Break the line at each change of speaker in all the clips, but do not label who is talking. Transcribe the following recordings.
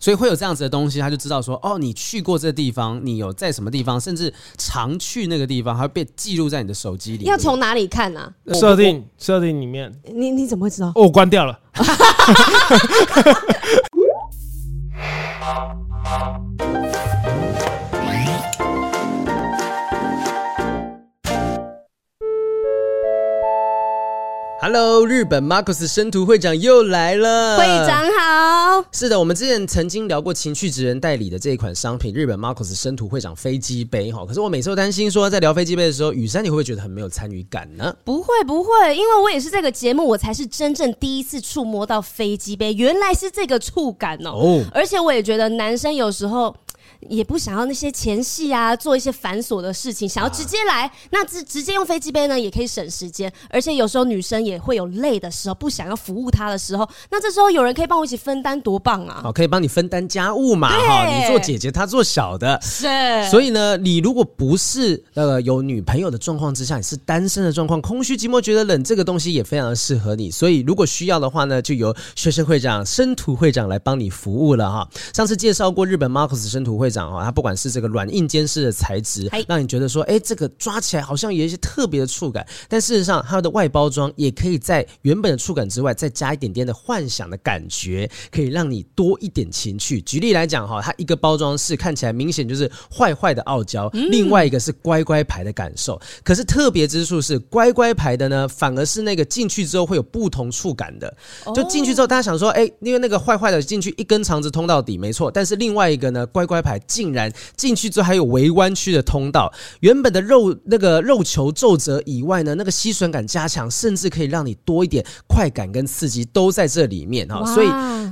所以会有这样子的东西，他就知道说，哦，你去过这地方，你有在什么地方，甚至常去那个地方，还会被记录在你的手机里面。
要从哪里看啊？
设定设定里面，
你你怎么会知道？
哦，我关掉了。
Hello，日本 Marcus 生徒会长又来了。
会长好，
是的，我们之前曾经聊过情趣职人代理的这一款商品，日本 Marcus 生徒会长飞机杯哈。可是我每次都担心说，在聊飞机杯的时候，雨珊你会不会觉得很没有参与感呢？
不会不会，因为我也是这个节目，我才是真正第一次触摸到飞机杯，原来是这个触感哦、
哦，
而且我也觉得男生有时候。也不想要那些前戏啊，做一些繁琐的事
啊
情，想要直接来，那直直接用飞机杯呢，也可以省时间。而且有时候女生也会有累的时候，不想要服务他的时候，那这时候有人可以帮我一起分担，多棒啊！
好，可以帮你分担家务嘛哈。
对
你做姐姐，她做小的。
是
啊所以呢，你如果不是呃有女朋友的状况之下，你是单身的状况，空虚寂寞觉得冷，这个东西也非常的适合你。所以如果需要的话呢，就由学生会长、生徒会长来帮你服务了哈。上次介绍过日本 Marcus 生徒会长哦哈，他不管是这个软硬兼施的材质
哎，
让你觉得说，哎，这个抓起来好像有一些特别的触感，但事实上它的外包装也可以在原本的触感之外，再加一点点的幻想的感觉，可以让你多一点情趣。举例来讲哈，它一个包装是看起来明显就是坏坏的傲娇，另外一个是乖乖牌的感受。可是特别之处是，乖乖牌的呢，反而是那个进去之后会有不同触感的。就进去之后，大家想说，哎、因为那个坏坏的进去一根肠子通到底，没错。但是另外一个呢，乖乖牌竟然进去之后还有围弯曲的通道，原本的肉那个肉球皱褶以外呢，那个吸吮感加强，甚至可以让你多一点快感跟刺激都在这里面哈、
哇
所以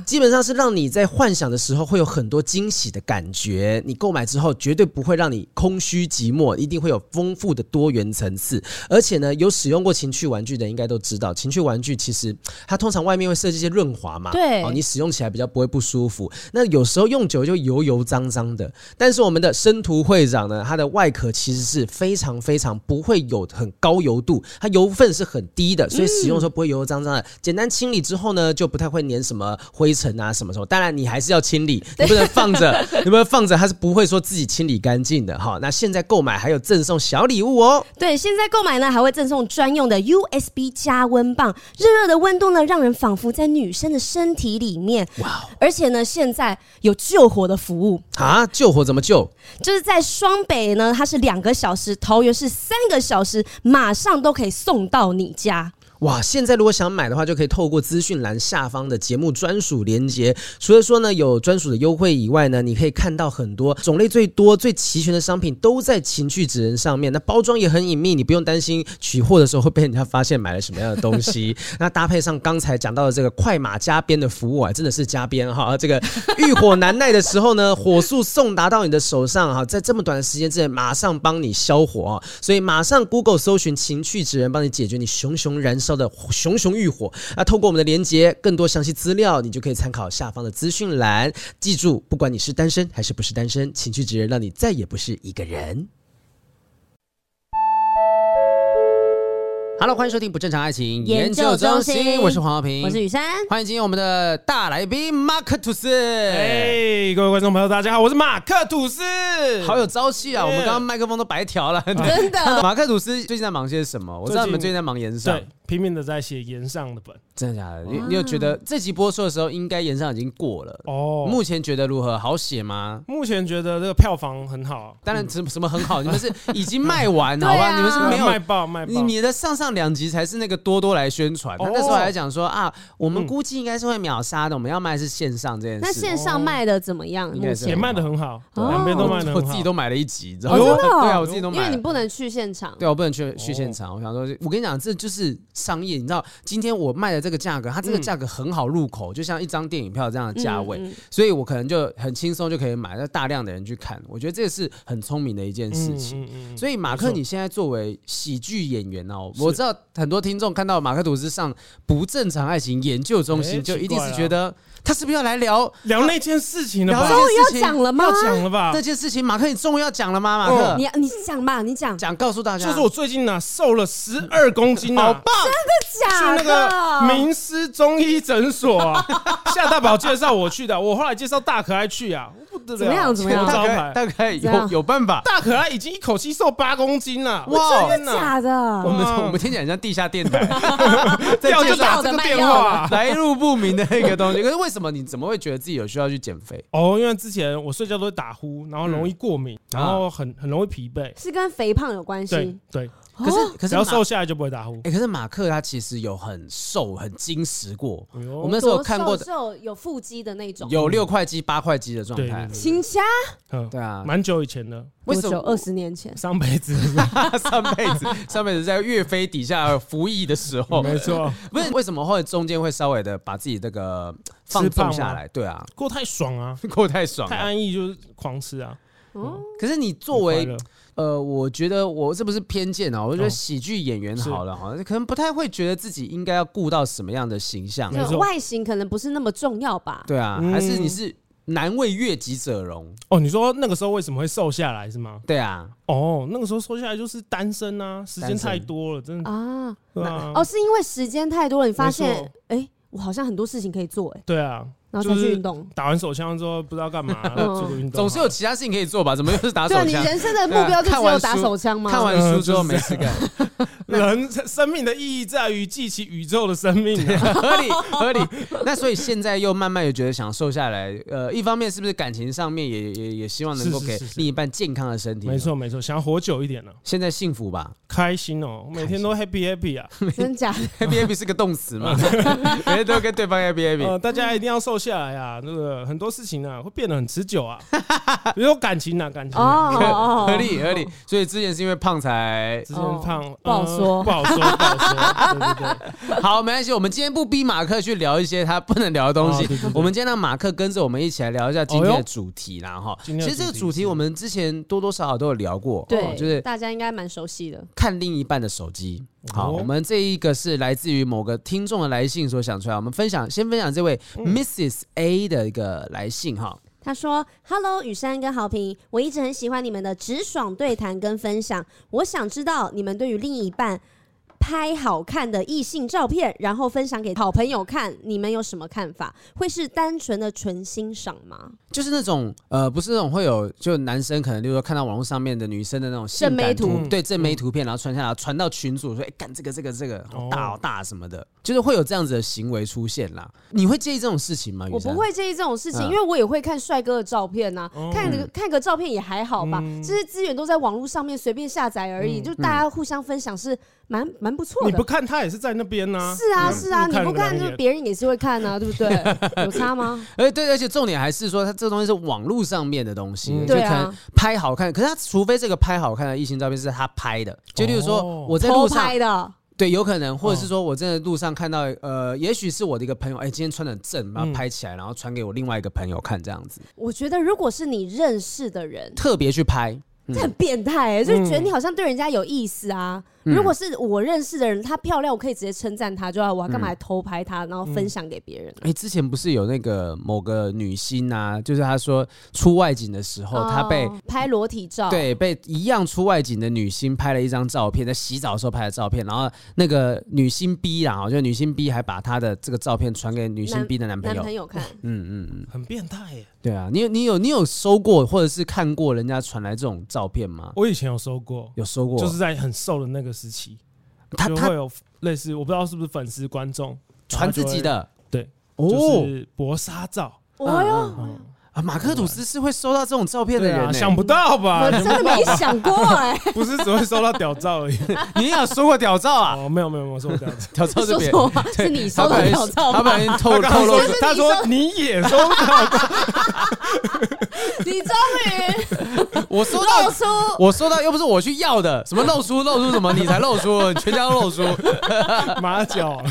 基本上是让你在幻想的时候会有很多惊喜的感觉。你购买之后绝对不会让你空虚寂寞，一定会有丰富的多元层次。而且呢，有使用过情趣玩具的应该都知道，情趣玩具其实它通常外面会设计一些润滑嘛，
对
哦，你使用起来比较不会不舒服。那有时候用久就油油脏脏的，但是我们的生徒会长呢，它的外壳其实是非常非常不会有很高油度，它油分是很低的，所以使用的时候不会油油脏脏的。简单清理之后呢，就不太会粘什么灰尘啊什么什么。当然你还是要清理，你不能放着， 你不能放着，它是不会说自己清理干净的哈。那现在购买还有赠送小礼物哦。
对，现在购买呢还会赠送专用的 USB 加温棒，热热的温度呢让人仿佛在女生的身体里面。
哇哦
而且呢，现在有救火的服务，
啊！救火怎么救？
就是在双北呢，它是两个小时，桃园是三个小时，马上都可以送到你家。
哇！现在如果想买的话，就可以透过资讯栏下方的节目专属连接。除了说呢有专属的优惠以外呢，你可以看到很多种类最多、最齐全的商品都在情趣纸人上面。那包装也很隐秘，你不用担心取货的时候会被人家发现买了什么样的东西。 那搭配上刚才讲到的这个快马加鞭的服务啊，真的是加鞭哈！这个欲火难耐的时候呢， 火速送达到你的手上哈，在这么短的时间之内，马上帮你消火啊！所以马上 Google 搜寻情趣纸人，帮你解决你熊熊燃烧的熊熊欲火。那透过我们的连接，更多详细资料，你就可以参考下方的资讯栏。记住，不管你是单身还是不是单身，情趣纸人让你再也不是一个人。Hello，欢迎收听不正常爱情
研究中心
我是黄浩平，
我是雨珊，
欢迎今天我们的大来宾马克吐斯。
哎，各位观众朋友，大家好，我是马克吐斯。
好有朝气啊！我们刚刚麦克风都白调 了。
真的
马克吐斯最近在忙些什么？我知道你们最近在忙延上
对，，拼命的在写岩上的本
真的假的？你你有觉得这集播出的时候，应该延上已经过了？
嗯哦。目
目前觉得如何？好写吗？
目前觉得这个票房很好，
当然，什么什么很好，你们是已经卖完，
对
好
啊
吧？你们是没
卖
有。
爆卖爆
你。你的上上两集才是那个多多来宣传，他
哦嗯
那时候还讲说啊，我们估计应该是会秒杀的，我们要卖的是线上这件
那
事。
线上卖的怎么样？
应该
目
是
也
前，
卖的很好，
哦
两边都卖的
我
很好。
自己都买了一集，你知道
哦，
吗？
真
哦
的哦，
对啊，我自己都买
因
了。
为你不能去现场。
对，我不能去去现场。我想说，我跟你讲，这就是商业。你知道，今天我卖的这个价格，它这个价格很好入口，就像一张电影票这样的价位，
嗯嗯
所以我可能就很轻松就可以买，那大量的人去看。我觉得这是很聪明的一件事情。
嗯嗯嗯
所以，马克，
没错
你现在作为喜剧演员哦，
是
我知道很多听众看到马克吐斯上《不正常爱情研究中心》，
哎
就一定
奇怪
是
啊
觉得他是不是要来聊
聊那件事情了
聊
吧？
这
终于
件事
要
情
讲了吗？哦
要讲了吧
这？件事情？马克，你终于要讲了吗？马克，
你你讲吧，你讲，
讲告诉大家，
哦就是我最近呢、瘦了十二公斤啊，
棒，
去
假
那
的，
个名师中医诊所啊， 夏大宝介绍我去的，我后来介绍大可爱去啊，不得了，
怎么样怎么样
招
大概
牌，
大概
怎
有
样
有办法。
大可爱已经一口气瘦八公斤了，
哇
真
假
我
的，
们
哇
我们听起来很像地下电 台，在
哦掉就
介
打
绍
这个电
卖药
话。
来路不明的一个东西。可是为什么你怎么会觉得自己有需要去减肥？
哦，因为之前我睡觉都会打呼，然后容易
嗯
过敏，
啊
然后很很容易疲惫。
是跟肥胖有关
对
系。
对，
可是可
只
是
要
马
瘦下来哦就不会打呼。
哎，可是马克他其实有很瘦很精实过，
哎呦
我们那时候有看过
多
的
瘦是有有腹肌的那种，
有六块肌八块肌的状
对
态
对。
请假
嗯，
对啊，
蛮久以前的，
为
多
什
久？
么
二十年前，
上辈子
上辈子上辈子在岳飞底下服役的时候，
没错，
不是为什么后来中间会稍微的把自己这个放纵下来？对啊，
过太爽啊，
过太爽
太
了。
安逸就是狂吃啊，
嗯
哦，
可是你作
很快
为
乐
呃，我觉得我这不是偏见啊，我觉
哦
得喜剧演员好了，好像可能不太会觉得自己应该要顾到什么样的形象
没。错
就外形可能不是那么重要吧？
对啊，
嗯
还是你是男为悦己者容？
哦，你说那个时候为什么会瘦下来是吗？
对啊，
哦，那个时候瘦下来就是单身啊，时间
单身哦
太多了，真的
啊，
对啊，
哦，是因为时间太多了，你发
没
现
错
哎、我好像很多事情可以做哎、
对啊，
然后
就
才去
是
运动。
打完手枪之后不知道干嘛，做个运动
嗯
啊
总是有其他事情可以做吧？怎么又是打手
对啊，你
枪？
人生的目标就
看
只
完
有打
书
手枪吗？
看完
嗯
书之后
就是
没事干，
人生命的意义在于记起宇宙的生命啊，
合理合理。那所以现在又慢慢又觉得想瘦下来，呃，一方面是不是感情上面也也也希望能够
是是
给
是是
另一半健康的身体？
没，错没错，想要活久一点呢，啊
现在幸福 吧
开心哦，每天都 happy happy 啊，
真假的？
？Happy Happy 是个动词 嘛，每天都跟对方 Happy Happy。
呃，大家一定要瘦下来啊，那个很多事情啊会变得很持久 啊，比如说感情啊感情
哦
啊。
哦哦，
合理合理，所以之前是因为胖才
之前胖、
哦不好
呃
说
不好 说，不好说。对对对，
好，没关系，我们今天不逼马克去聊一些他不能聊的东西，
哦对对对哦
我们今天让马克跟着我们一起来聊一下今天的主题啦哈。
今
其
天的
实这个
主题
主题
是
我们之前多多少少都有聊过，哦
对，
就是
大家应该蛮熟悉的。
看另一半的手机。好，
哦
我们这一个是来自于某个听众的来信所想出来，我们分享先分享这位
嗯
Mrs A 的一个来信哈。
他说：“Hello，雨山跟好评，我一直很喜欢你们的直爽对谈跟分享。我想知道你们对于另一半拍好看的异性照片，然后分享给好朋友看，你们有什么看法？会是单纯的纯欣赏吗？
就是那种呃，不是那种会有，就男生可能，就是说看到网络上面的女生的那种性感
正
妹图
对正妹图片，然后传下来，传到群组说，哎、干这个这个这个好大
哦
好大什么的，就是会有这样子的行为出现啦。你会介意这种事情啊吗？雨
我
珊
不，会介意这种事情，
嗯
因为我也会看帅哥的照片呐、
哦
看个看个照片也还好吧。
嗯
这些资源都在网络上面随便下载而已，就大家互相分享是蛮蛮不错
你
的
不。看他也是在那边呢、
是啊是啊，你不看
就
就别人也是会看啊，对不对？有差吗？
而哎对，而且重点还是说，它这个东西是网络上面的东西，
嗯
就可
对啊
能拍好看，可是他除非这个拍好看的异性照片是他拍的，就例如说
哦
我在
偷
路上，
拍的，
对，有可能，或者是说我真的路上看到，呃，也许是我的一个朋友，哎、今天穿的很正，把它
嗯
拍起来，然后传给我另外一个朋友看，这样子，
我觉得如果是你认识的人，
特别去拍。
这很变态哎、就是
嗯
觉得你好像对人家有意思啊。如果是我认识的人，她漂亮，我可以直接称赞她就好，我还干
嗯
嘛还偷拍她，然后分享给别人？啊
哎、之前不是有那个某个女星啊，就是她说出外景的时候，她被、
哦拍裸体照，
对被一样出外景的女星拍了一张照片，在洗澡的时候拍的照片，然后那个女星 B 啦，我觉得女星 B 还把她的这个照片传给女星 B 的男朋
男
友。
朋友看，
嗯嗯嗯，
很变态耶。
对啊，你有你有你有收过或者是看过人家传来这种照片吗？
我以前有收过，
有收过，
就是在很瘦的那个时期，
他
就
他
会有类似，我不知道是不是粉丝观众
传自己，的
对，
哦、
就是薄纱照。
哦
嗯
哟，
啊，马克吐斯是会收到这种照片的
对
人、
啊，
欸，
想不到吧
我？真的没想过哎、
不是只会收到屌照而已。
你也有收过屌照啊？
哦，没有没有没有收到屌 照。
屌照这
说
边
什么？ 是你收到屌照
他不
吗？
小心透
他
透露
说，他说你也收到，
你终于
我收
露
到，
出
我收到，又不是我去要的，什么露出露出什么，你才露出， 你全家都露出。
马 脚，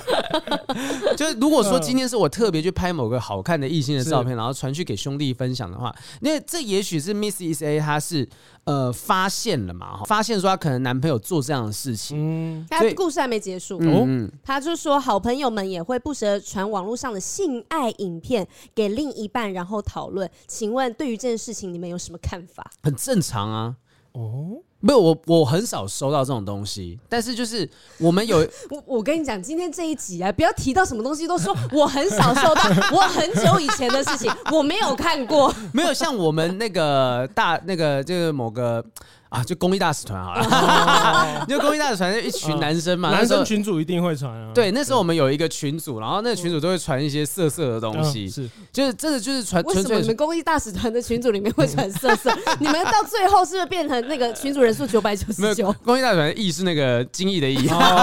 就是如果说今天是我特别去拍某个好看的异性的照片，然后传去给兄弟分享的话，那这也许是 Miss Is A 她是呃发现了嘛，哈发现说她可能男朋友做这样的事情，
嗯，
他
所以
故事还没结束。
哦
嗯，
他就说，好朋友们也会不时地传网络上的性爱影片给另一半，然后讨论。请问，对于这件事情，你们有什么看法？
很正常啊。
哦，
没有，我我很少收到这种东西，但是就是我们有
我我跟你讲，今天这一集啊，不要提到什么东西都说我很少收 到，我很久以前的事情，我没有看 过。
没有像我们那个大那个就是某个啊，就公益大使团好了， 就公益大使团就一群男生嘛，
哦嗯男
那时候
生群主一定会传啊，
对，那时候我们有一个群组，然后那个群组都会传一些色色的东
嗯，
西，
是
就是真的就是传
为
纯
什么
粹
你们公益大使团的群组里面会传 色色？你们到最后是不是变成那个群组人数九百九
没
十
有
九？
公益大使团的意是那个精益的意，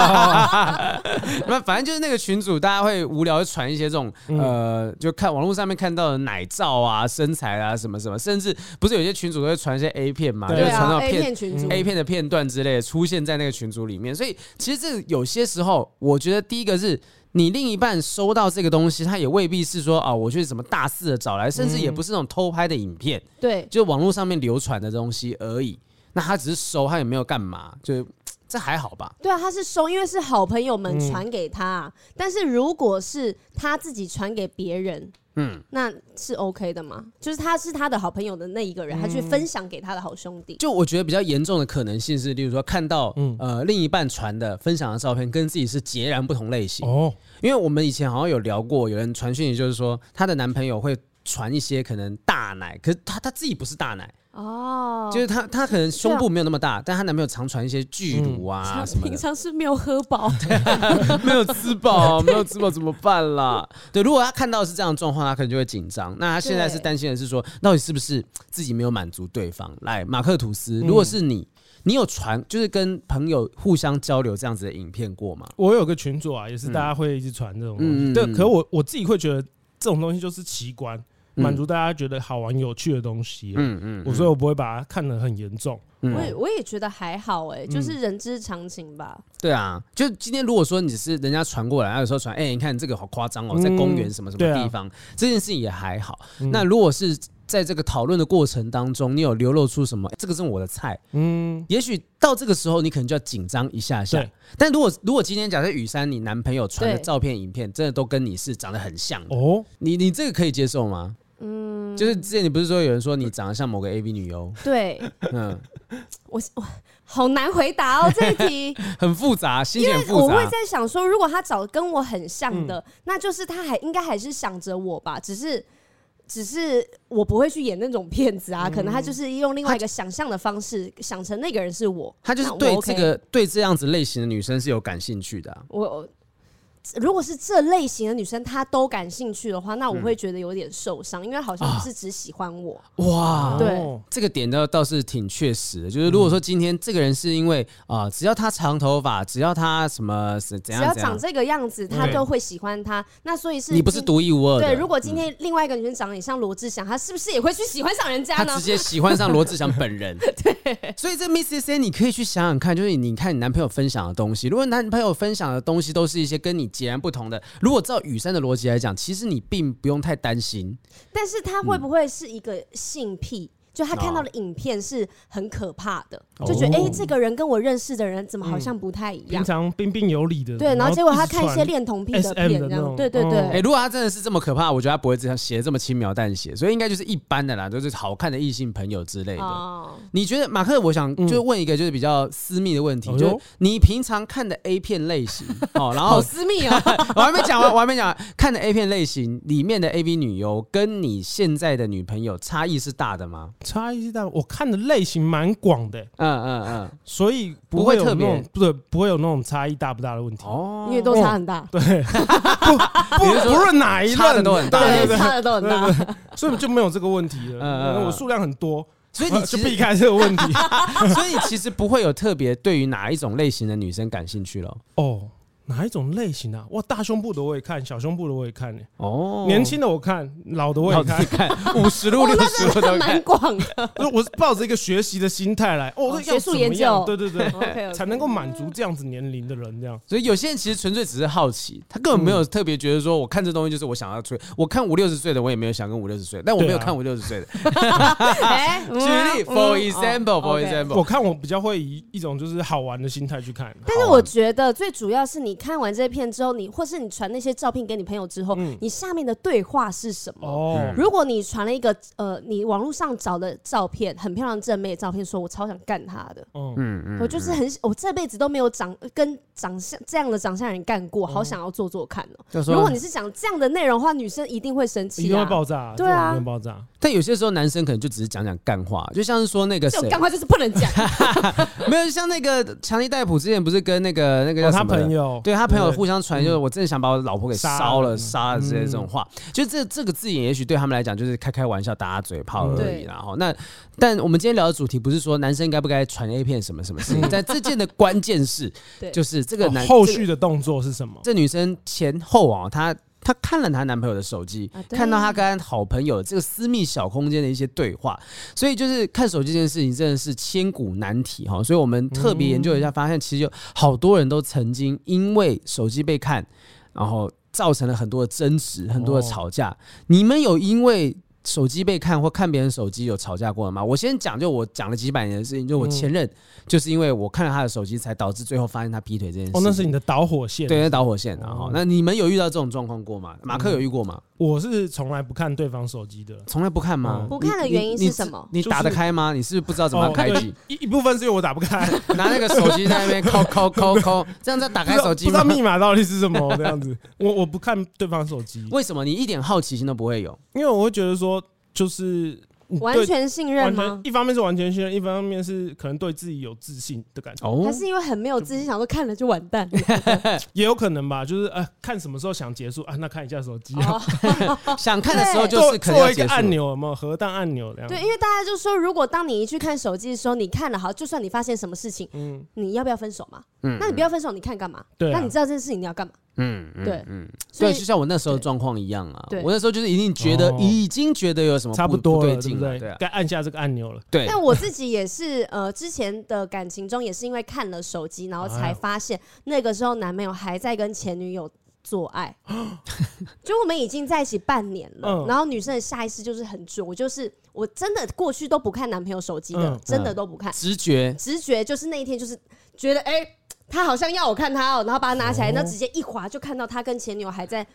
哦
那反正就是那个群组，大家会无聊就传一些这种呃，就看网络上面看到的奶照啊、身材啊什么什么，甚至不是有些群组都会传一些 A 片嘛，就
对
是
对
传
啊
到
，A
片嗯
片群组。
A 片的片段之类的出现在那个群组里面，所以其实这有些时候，我觉得第一个是你另一半收到这个东西，他也未必是说啊，我去什么大肆的找来，甚至也
嗯
不是那种偷拍的影片，
对，
就网络上面流传的东西而已。那他只是收，他也没有干嘛，就这还好吧？
对啊，他是收，因为是好朋友
嗯
们传给他啊、但是如果是他自己传给别人，嗯，那是 OK 的吗？就是他是他的好朋友的那一
嗯
个人，他去分享给他的好兄弟。
就我觉得比较严重的可能性是，例如说看到、呃另一半传的分享的照片，跟自己是截然不同类型。
哦，
因为我们以前好像有聊过，有人传讯息就是说，她的男朋友会传一些可能大奶，可是她她自己不是大奶，
哦，
就是她她可能胸部没有那么大，但她男朋友常传一些巨乳啊、什么
平
的，
常是没有喝饱，
没有吃饱，没有吃饱怎么办啦？ 对，如果她看到是这样的状况，她可能就会紧张。那她现在是担心的是说，到底是不是自己没有满足对方？来，马克吐斯，如果是你，你有传就是跟朋友互相交流这样子的影片过吗？
我有个群主啊，也是大家会一直传这种东
嗯嗯
西，
嗯
对
嗯，
可我我自己会觉得这种东西就是奇观，
嗯
满足大家觉得好玩有趣的东西，啊
嗯嗯，
我所以我不会把它看得很严重，
嗯
我也我也觉得还好哎、就是人之常情吧。
对啊，就今天如果说你只是人家传过来，然后有时候传，哎、你看这个好夸张哦，
嗯
在公园什么什
对
么
啊嗯
地方，这件事情也还好。那如果是在这个讨论的过程当中，你有流露出什么，哎这个是我的菜，
嗯，
也许到这个时候你可能就要紧张一下下
对。
但如果如果今天假设雨珊你男朋友传的
对
照片、影片，真的都跟你是长得很像的，
哦，
你你这个可以接受吗？嗯，就是之前你不是说有人说你长得像某个 A V 女优，
对
嗯，
我我好难回答哦这一题。
很复杂，心情很
我
复
会
杂。嗯
在想说，如果他找跟我很像的，那就是他还应该还是想着我吧，只是。只是我不会去演那种骗子
嗯
啊，可能他就是用另外一个想象的方式想成那个人是我，
他就是
那我
对
OK
这个、对这样子类型的女生是有感兴趣的啊、
我我如果是这类型的女生，她都感兴趣的话，那
嗯
我会觉得有点受伤，因为好像不是只喜欢我。
啊哇，
对
哦
这个点倒倒是挺确实的，就是如果说今天这个人是因为啊、只要他长头发，只要他什么是怎
只
样
要
怎样
长，这个样子，她
对
都会喜欢他。那所以是
你不是
今
独一无二的。嗯
对？如果今天另外一个女生长得也像罗志祥，她是不是也会去喜欢上人家
他
呢
直？接喜欢上罗志祥本 人，对，所以这 Miss C，你可以去想想看，就是你看你男朋友分享的东西，如果男朋友分享的东西都是一些跟你截然不同的，如果照雨山的逻辑来讲，其实你并不用太担心，
但是他
嗯
会不会是一个性癖？就他看
啊
到的影片是很可怕的，
哦
就觉得哎、诶这个人跟我认识的人怎么好像不太一样
平？常彬彬有礼的，
对，然后结果他看一些
直传
恋童癖的
SM
片，这
的那
样，
种
对对
哦
哎、
对，
如果他真的是这么可怕，我觉得他不会这样写得这么轻描淡写，所以应该就是一般的啦，就是好看的异性朋友之类的。
哦，
你觉得马克？我想
嗯
就问一个就是比较私密的问题，
哎呦
就是你平常看的 A 片类 型哦，然
好
后哎
私密哦。
我还没讲完，我还没讲完，看的 A 片类型里面的 A V 女优跟你现在的女朋友差异是大的吗？
差异大，我看的类型蛮广的，
嗯嗯嗯，
所以
不
不
会
会有
特
那
别
种对，不会有那种差异大不大的问题。
哦，
因为都差很 大，对
不不论哪一
差的
任
都很大
对对
差的都很大。
对， 所以就没有这个问题了。
嗯嗯
因为我
嗯
数量很多，
所以
呃
你其
就
实
避开这个问题。
所以你其实不会有特别对于哪一种类型的女生感兴趣咯。
哦，哪一种类型啊？哇，大胸部的我也看，小胸部的我也看、欸，
哦
年轻的我看，老的我也
老
看
子。看 五十路六
哦那
十路
真
都
的
看
蛮。广的。
我我是抱着一个学习的心态来，哦，
哦
这
学术
要怎么
研究
样对对
哦
对，
OK，
才能够满足这样子年龄的人，这样
所以有些人其实纯粹只是好奇，他根本没有特别觉得说，我看这东西就是我想要追。我看五六十岁的，我也没有想跟五六十岁，但我没有
对啊嗯
看五六十岁的。
啊
哎，
举例，for example，for
哦我
example，
看我比较会以一种就是好玩的心态去看。
但是我觉得最主要是你看完这片之后，你或是你传那些照片给你朋友之后，
嗯
你下面的对话是什么？
哦，
如果你传了一个呃，你网络上找的照片，很漂亮正妹的照片，说我超想干她的，
嗯，
嗯嗯，
我就是很我这辈子都没有长跟长相这样的长相人干过，好想要做做看哦、
就哦说
如果你是讲这样的内容的话，女生一定会生
一
气
定会
啊，
爆炸，
对啊
这种一定会爆炸。
但有些时候男生可能就只是讲讲干话，就像是说那个
这
谁
种，干话就是不 能讲。
没有像那个强尼戴普之前不是跟那个那个叫
哦
什
他
么的
朋友
对他朋友
对嗯
互相传，就是我真的想把我老婆给烧了、杀
杀了嗯
了之类的这种话，就这这个字眼，也许对他们来讲就是开开玩笑、打打嘴炮而已
对
啦。然后那，但我们今天聊的主题不是说男生该不该传 A 片什么什么事情，但这件的关键是
对，
就是这个男
哦后
这
续
个
的动作是什么？
这女生前后啊，她。她看了她男朋友的手机，
啊对
看到她跟好朋友这个私密小空间的一些对话，所以就是看手机这件事情真的是千古难题哈。所以我们特别研究一下，发现其实有好多人都曾经因为手机被看，然后造成了很多的争执、很多的吵架。
嗯
你们有因为手机被看或看别人手机有吵架过吗？我先讲，就我讲了几百年的事情，
嗯
就我前任、就是因为我看了他的手机，才导致最后发现他劈腿这件事情。
哦，那是你的导火线。
对，那导火线啊。哈
哦
那你们有遇到这种状况过吗？马克有遇过吗？
我是从来不看对方手机的。
从来不看吗？
嗯
不看的
你
原因
你
是什么
你你打得开吗？你是不是不知道怎么开
哦
机？
对一一部分是因为我打不开，
拿那个手机在那边抠抠抠抠，这样再 打
不
开
知道
手
不
机
知道
吗？
密码到底是 什么这样子。我我不看对方手机，
为什么你一点好奇心都不会有？
因为我会觉得说，就是你
完
对
全信任
完
吗
全？一方面是完全信任，一方面是可能对自己有自信的感觉，
哦
还是因为很没有自
嗯
信，想说看了就完 蛋了？
也有可能吧。就是呃，看什么时候想结束啊，那看一下手机、啊，
哦
想看的时候
对
就是可
做
能
做
要
一个
结束
按
了。
钮，有没有核弹按钮这样？
对，，因为大家就说，如果当你一去看手机的时候，你看了好，就算你发现什么事情，
嗯，
你要不要分手嘛？
嗯
那你不要分手，你看干嘛？
对啊
那你知道这件事情你要干嘛？
嗯，嗯
对
嗯，
所
对，
以
就像我那时候的状况一样啊
对。
我那时候就是一定觉得
哦，
已经觉得有什么
差
不
不多
对
了，对
劲
不
了，
对
对啊？
该按下这个按钮了。
对。
但我自己也是，呃，之前的感情中也是因为看了手机，然后才发现那个时候男朋友还在跟前女友做爱，就我们已经在一起半年了，
嗯
然后女生的下意识就是很准，我就是我真的过去都不看男朋友手机的
嗯，
真的都不看，
直觉
直觉就是那一天就是觉得，哎、他好像要我看他哦、然后把他拿起来，
哦
那直接一划就看到他跟前女友还在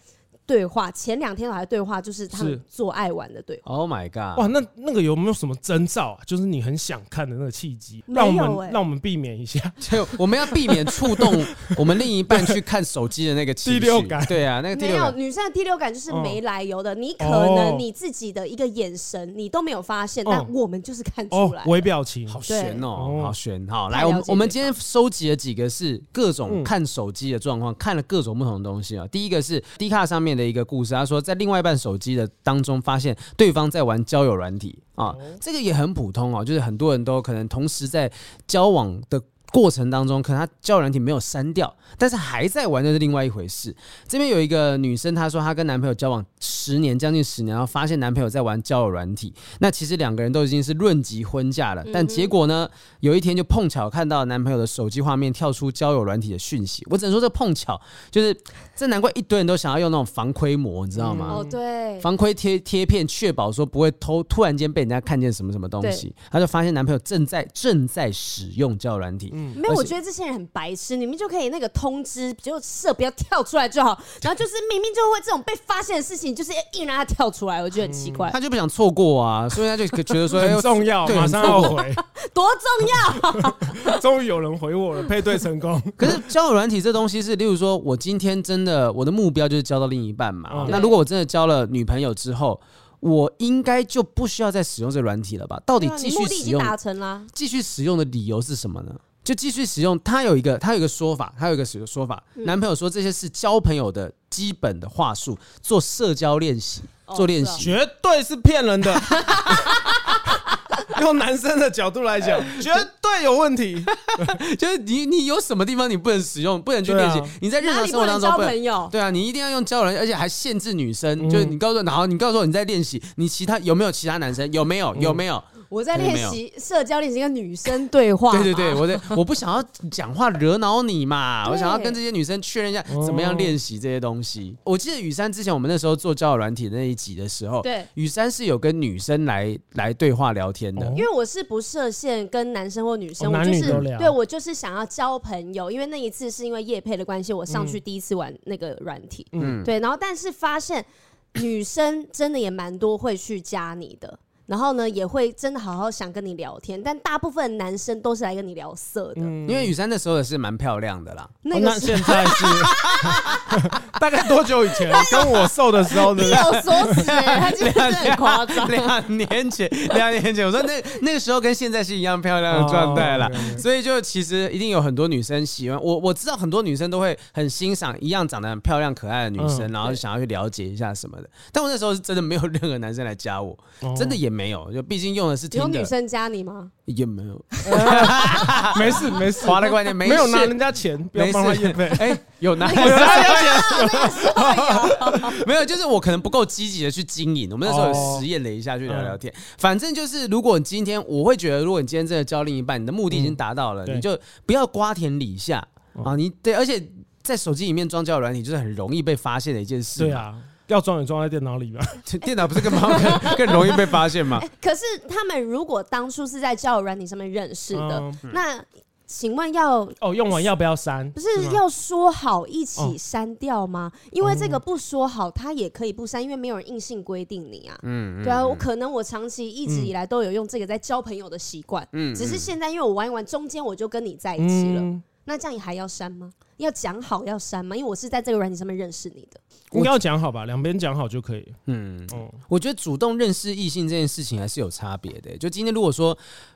对话，前两天我还对话，就是他们
是
做爱玩的对话。
，Oh my god！
哇，那那个有没有什么征兆啊？就是你很想看的那个契机，
没
让我
有欸
们让我们避免一下。
就我们要避免触动我们另一半去看手机的那个情绪
第六感
对啊，那个第
没
六
有
感。
女生的第六感就是
嗯
没来由的，你可
哦
能你自己的一个眼神你都没有发
哦
现，
嗯
但我们就是看
哦
出来，了。
微表情，
好悬哦
对，
好悬！好，
太
来，我们
了解
我们
对
今天收集了几个是各种
嗯
看手机的状况，看了各种不同的东西啊。第一个是 D 卡上面的一个故事，他说在另外一半手机的当中发现对方在玩交友软体啊，
哦
这个也很普通哦，就是很多人都可能同时在交往的。过程当中，可能他交友软体没有删掉，但是还在玩，那是另外一回事。这边有一个女生，她说她跟男朋友交往十年，将近十年，然后发现男朋友在玩交友软体。那其实两个人都已经是论及婚嫁了，但结果呢，有一天就碰巧看到男朋友的手机画面跳出交友软体的讯息。我只能说这碰巧，就是这难怪一堆人都想要用那种防窥膜，你知道吗？
哦，对，
防窥贴贴片，确保说不会偷，突然间被人家看见什么什么东西，她就发现男朋友正在正在使用交友软体，
没有，我觉得这些人很白痴，你们就可以那个通知，就设不要跳出来 就好，然后就是明明就会这种被发现的事情，就是硬让他跳出来，我觉得很奇怪，
她就不想错过啊，所以她就觉得 说哎
很
呦
重要，
对
马上要回。
嗯
多重要！啊
终于有人回我了，配对成功。
可是交友软体这东西是，例如说我今天真的我的目标就是交到另一半嘛。
哦
嗯
那如果我真的交了女朋友之后，我应该就不需要再使用这软体了吧？到底
对啊
继
你
续
目的已
使
经
用，
达成啦，
继续使用的理由是什么呢？就继续使用，它有一个它有一个说法，它有一个使说法。
嗯
男朋友说这些是交朋友的基本的话术，做社交练习，
哦
做练
是哦
习。
绝对是骗人的。用男生的角度来讲， 绝对有问题。
就是你你有什么地方你不能使用，不能去练习
对啊？
你在日
哪
常
里
生
不
活当
能
中
交
不
朋
能。
友？
对啊，你一定要用交友软件，而且还限制女生。就是你告诉，然后你告诉我你在练习，你其他有没有其他男生？有没有？有没有？
我在
对
练
没有
习社交练习跟女生对话嘛。
对对对，我在我不想要讲话惹恼你嘛，
对
我想要跟这些女生确认一下怎么样练习这些东西。我记得雨珊之前我们那时候做交友软体的那一集的时候，
对
雨珊是有跟女生来来对话聊天的。
哦
因为我是不设限跟男生或女生，
哦
我就
男女都
是
聊
对我就是想要交朋友，因为那一次是因为叶配的关系，我上
嗯
去第一次玩那个软体，
嗯
对，然后但是发现女生真的也蛮多会去加你的。然后呢，也会真的好好想跟你聊天，但大部分男生都是来跟你聊色的。
因为雨珊那时候也是蛮漂亮的啦，
那
嗯哦
个是
现 在是大概多久以前？啊跟我瘦的时候 的
意有所指， 他 真的是很夸张。
两年前，两年前，我说那那个时候跟现在是一样漂亮的状态啦
哦，OK，OK
所以就其实一定有很多女生喜欢我，我知道很多女生都会很欣赏一样长得很漂亮可爱的女生，
嗯
然后想要去了解一下什么的。但我那时候是真的没有任何男生来加我，
哦
真的也没有，就毕竟用的是
有
听
女
的，
生加你吗？
也没有
没事没事，
划的观念，没
没有
事
拿人家钱，不要
没
帮他
事
验费。
哎，有拿 没有，就是我可能不够积极的去经营。我们那时候有实验了一下，去聊聊天。反正就是，如果你今天，我会觉得，如果你今天真的交另一半，你的目的已经达到了，
对
你就不要瓜田李下啊！你对，而且在手机里面装交友软体，就是很容易被发现的一件事。
对，啊，要装也装在电 脑里吧。
电脑不是更方便 更容易被发现吗？
可是他们如果当初是在交友软体上面认识的，
嗯
那请问要
哦，用完要不要删？
不
吗
是要说好一
哦
起删掉吗？因为这个不说好，他也可以不删，因为没有人硬性规定你啊。
嗯，嗯
对啊，我可能我长期一直以来都有用这个在交朋友的习惯，
嗯
只是
嗯
现在因为我玩一玩，中间我就跟你在一起了，
嗯，
那这样你还要删吗？要讲好要删吗？因为我是在这个软体上面认识你的，
应该要讲好吧，两边讲好就可以。
嗯，
嗯，
我觉得主动认识异性这件事情还是有差别的欸、就今天如果说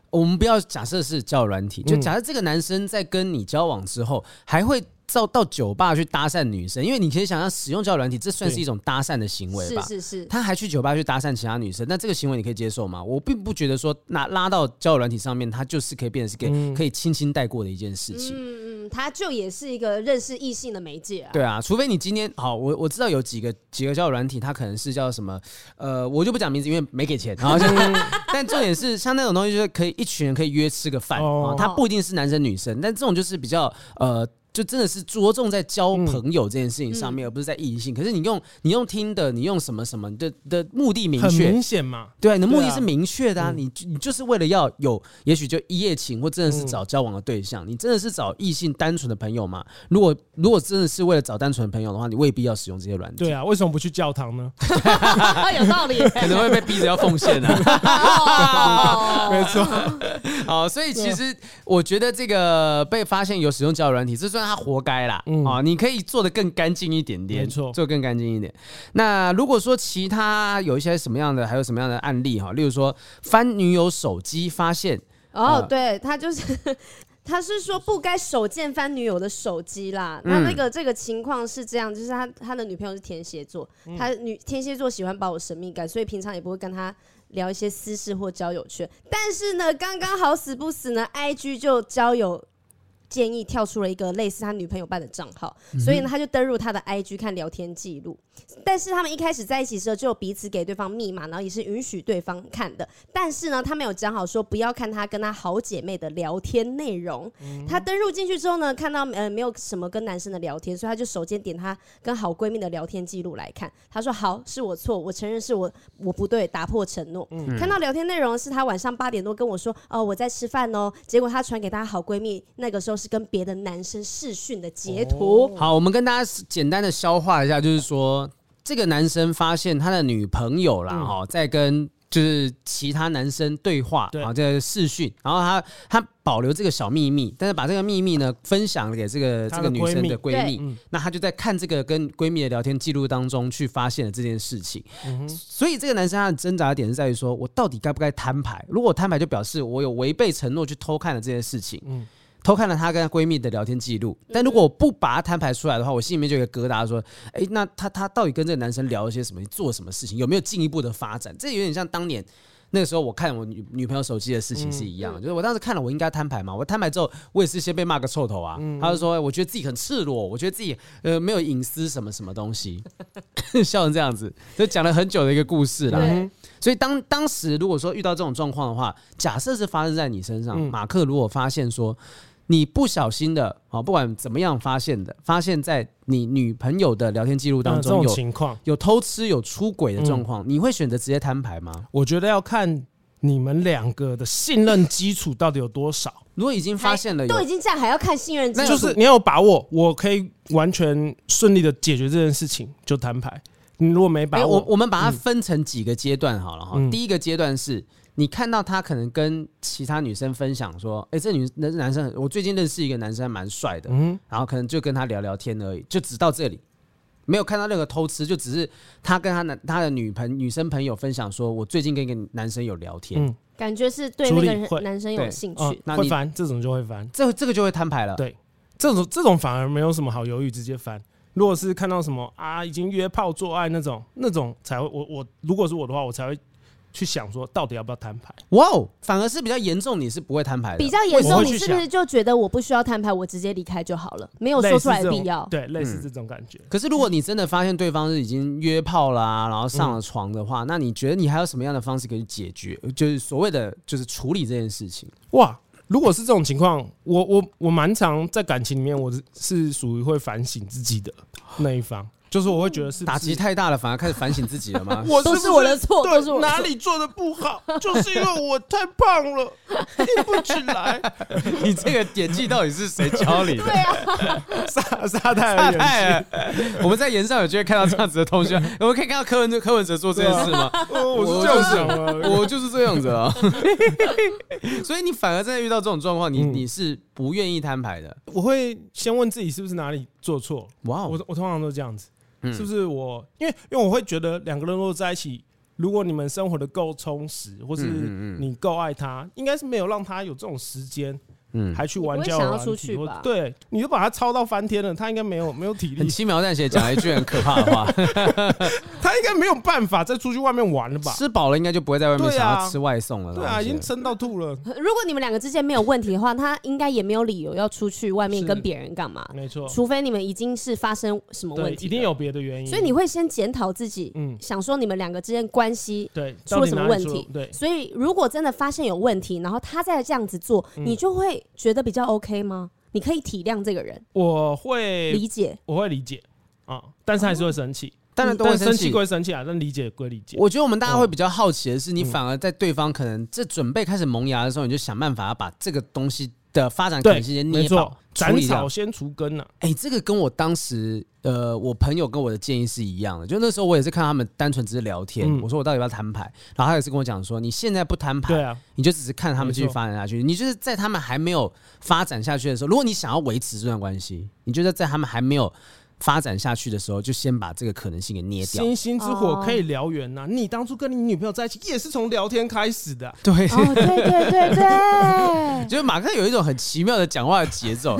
我们不要假设是交友软体，就假设这个男生在跟你交往之后，还会到到酒吧去搭讪女生，因为你可以想象使用交友软体，这算是一种搭讪的行为
是
吧？
是是，
他还去酒吧去搭讪其他女生，那这个行为你可以接受吗？我并不觉得说那拉到交友软体上面，他就是可以变成是可以、可以轻轻带过的一件事情。
嗯嗯，他就也是一个认识异性的媒介啊。
对啊，除非你今天好，我我知道有几个几个交友软体，它可能是叫什么，呃，我就不讲名字，因为没给钱。然 后就，但重点是像那种东西，就是可以一群人可以约吃个饭啊、
哦
它不一定是男生女生，但这种就是比较呃。就真的是着重在交朋友这件事情
嗯
上面，而不是在异性。可是你用你用听的，你用什么什么你的你的目的明
很
确，
明显嘛。
对啊，你的目的
对啊
是明确的啊，你就你就是为了要有，也许就一夜情，或真的是
嗯
找交往的对象，你真的是找异性单纯的朋友嘛？如果如果真的是为了找单纯的朋友的话，你未必要使用这些软件，
对啊，为什么不去教堂呢？
哎有道理。
可能会被逼着要奉献 啊。
没错，
好，所以其实我觉得这个被发现有使用交友软体，这算他活该啦。啊、
嗯
你可以做的更干净一点点，
没错
做得更干净一点。那如果说其他有一些什么样的，还有什么样的案例哈，例如说翻女友手机发现。
哦，对他就是。 他是说不该手贱翻女友的手机啦。那那个这个情况是这样，就是他他的女朋友是天蝎座，他女天蝎座喜欢保有神秘感，所以平常也不会跟他聊一些私事或交友圈。但是呢，刚刚好死不死呢，IG 就交友建议跳出了一个类似他女朋友办的账号，所以呢，他就登入他的 IG 看聊天记录。但是他们一开始在一起的时候，就有彼此给对方密码，然后也是允许对方看的。但是呢，他们有讲好说不要看他跟他好姐妹的聊天内容。
嗯
他登入进去之后呢，看到呃没有什么跟男生的聊天，所以他就首先点他跟好闺蜜的聊天记录来看。他说：“好，是我错，我承认是我我不对，打破承诺。
嗯
看到聊天内容是他晚上八点多跟我说：“哦，我在吃饭哦。”结果他传给他好闺蜜，那个时候是跟别的男生视讯的截图。哎
好，我们跟大家简单的消化一下，就是说这个男生发现他的女朋友啦，哈、在跟。就是其他男生对话
对
啊，这个视讯，然后他他保留这个小秘密，但是把这个秘密呢分享给这个这个
她的
女生的闺
闺
蜜
蜜，
嗯
那他就在看这个跟闺蜜的聊天记录当中去发现了这件事情，所以这个男生他的挣扎点是在于说，我到底该不该摊牌？如果我摊牌，就表示我有违背承诺去偷看了这件事情，偷看了她跟闺蜜的聊天记录，但如果我不把它摊牌出来的话，我心里面就有一个疙瘩，说，哎、那她她到底跟这个男生聊了些什么，做了什么事情，有没有进一步的发展？这有点像当年那个时候我看我女女朋友手机的事
嗯
情是一样的，就是我当时看了，我应该摊牌嘛，我摊牌之后，我也是先被骂个臭头啊。
嗯
他就说，我觉得自己很赤裸，我觉得自己呃没有隐私什么什么东西， 笑成这样子，就讲了很久的一个故事啦。
对，
所以当当时如果说遇到这种状况的话，假设是发生在你身
嗯
上，马克如果发现说你不小心的啊、哦不管怎么样发现的，发现在你女朋友的聊天记录当
那嗯这
中
种
有、
情况，嗯
有偷吃、有出轨的状况，你会选择直接摊牌吗？
我觉得要看你们两个的信任基础到底有多少。
如果已经发现了有
都已经这样，还要看信任基
那
础，
就是你要有把握，我可以完全顺利的解决这件事情，就摊牌。你如果没
哎
把
我
握，
我们把它分成几个阶段好了哈。
嗯
第一个阶段是你看到他可能跟其他女生分享说，哎、这女那男生很，我最近认识一个男生还蛮帅的，
嗯
然后可能就跟他聊聊天而已，就只到这里。没有看到任何偷吃，就只是他跟他男他的女朋女生朋友分享说，我最近跟一个男生有聊天，
嗯，
感觉是对那
处
个
理会
人男生有
对
兴
哦
趣。
那
会
你
翻这种就会翻，
这这个就会摊牌了。
嗯
对这种这种反而没有什么好犹豫，直接翻。如果是看到什么啊，已经约炮做爱那种，那种才会我我如果是我的话，我才会去想说到底要不要摊牌。
哇哦，反而是比较严重，你是不会摊牌的。
比较严
我
重，
会去
你是不是就觉得我不需要摊牌，我直接离开就好了，没有说出来的
类似
必
这种
要？
对，类似
嗯
这种感觉。
可是如果你真的发现对方是已经约炮啦、然后上了床的
嗯
话，那你觉得你还有什么样的方式可以解决？就是所谓的就是处理这件事情。
哇，如果是这种情况，我我我蛮常在感情里面，我是是属于会反省自己的那一方，就是我会觉得是不是
打击太大了，反而开始反省自己了 吗？
我
都
不
是我的错
对
都是我的错
哪里做的不好，就是因为我太胖了，硬不起 来。
你这个演技到底是谁教你的？
对啊，
沙沙
太
太尔
太
演
了，我们在演上有机会看到这样子的同学，我们可以看到柯文柯文哲做这件事 吗？
戏，哦我是这样想的。
我就是这样子 啊，所以你反而在遇到这种状况，你你是不愿意摊牌的。
我会先问自己是不是哪里做错，
哇
我
哦，
我通常都这样子，
嗯
是不是我？因为因为我会觉得两个人如果在一起，如果你们生活的够充实，或是
嗯嗯嗯
你够爱他，应该是没有让他有这种时间
嗯，
还去玩
你不会
交
想
友
要
软
出
体
去
或
吧
对，你都把他操到翻天了，他应该没有没有 体
很
力，
轻描淡写讲了一句很可怕的话。
他应该没有办法再出去外面玩了吧？
吃饱了应该就不会在外面
对
想
啊
要吃外送了。
对啊，
了解
已经撑到吐了，
如果你们两个之间没有问题的话，他应该也没有理由要出去外面
是
跟别人干嘛，
没错，
除非你们已经是发生什么
对，
问题，
一定。有别的原因，
所以你会先检讨自己，
嗯，
想说你们两个之间关系。
对，
出
到
了
底
什么
哪
问
里出
题
对，
所以如果真的发现有问题，然后他再这样子做，
嗯
你就会觉得比较 OK 吗？你可以体谅这个人，
我会
理 解。
我会理解啊、但是还是会生气。
当然都会
但
生
生气
气。
归生气啊，但理解归理解。
我觉得我们大家会比较好奇的是，你
嗯
反而在对方可能这准备开始萌芽的时候，你就想办法把这个东西的发展可能性先
没
捏
错
爆，，处
斩
理
草
掉。
先除根呐、啊。
哎，这个跟我当时呃，我朋友跟我的建议是一样的。就那时候我也是看他们单纯只是聊天，
嗯
我说我到底要不要摊牌，然后他也是跟我讲说，你现在不摊牌，
对啊，
你就只是看他们继续
没错
发展下去。你就是在他们还没有发展下去的时候，如果你想要维持这段关系，你就是在他们还没有发展下去的时候，就先把这个可能性给捏掉。
星星之火
哦
可以燎原呐、你当初跟你女朋友在一起也是从聊天开始的啊、
对，
哦，对对对对，
就是马克有一种很奇妙的讲话的节 奏，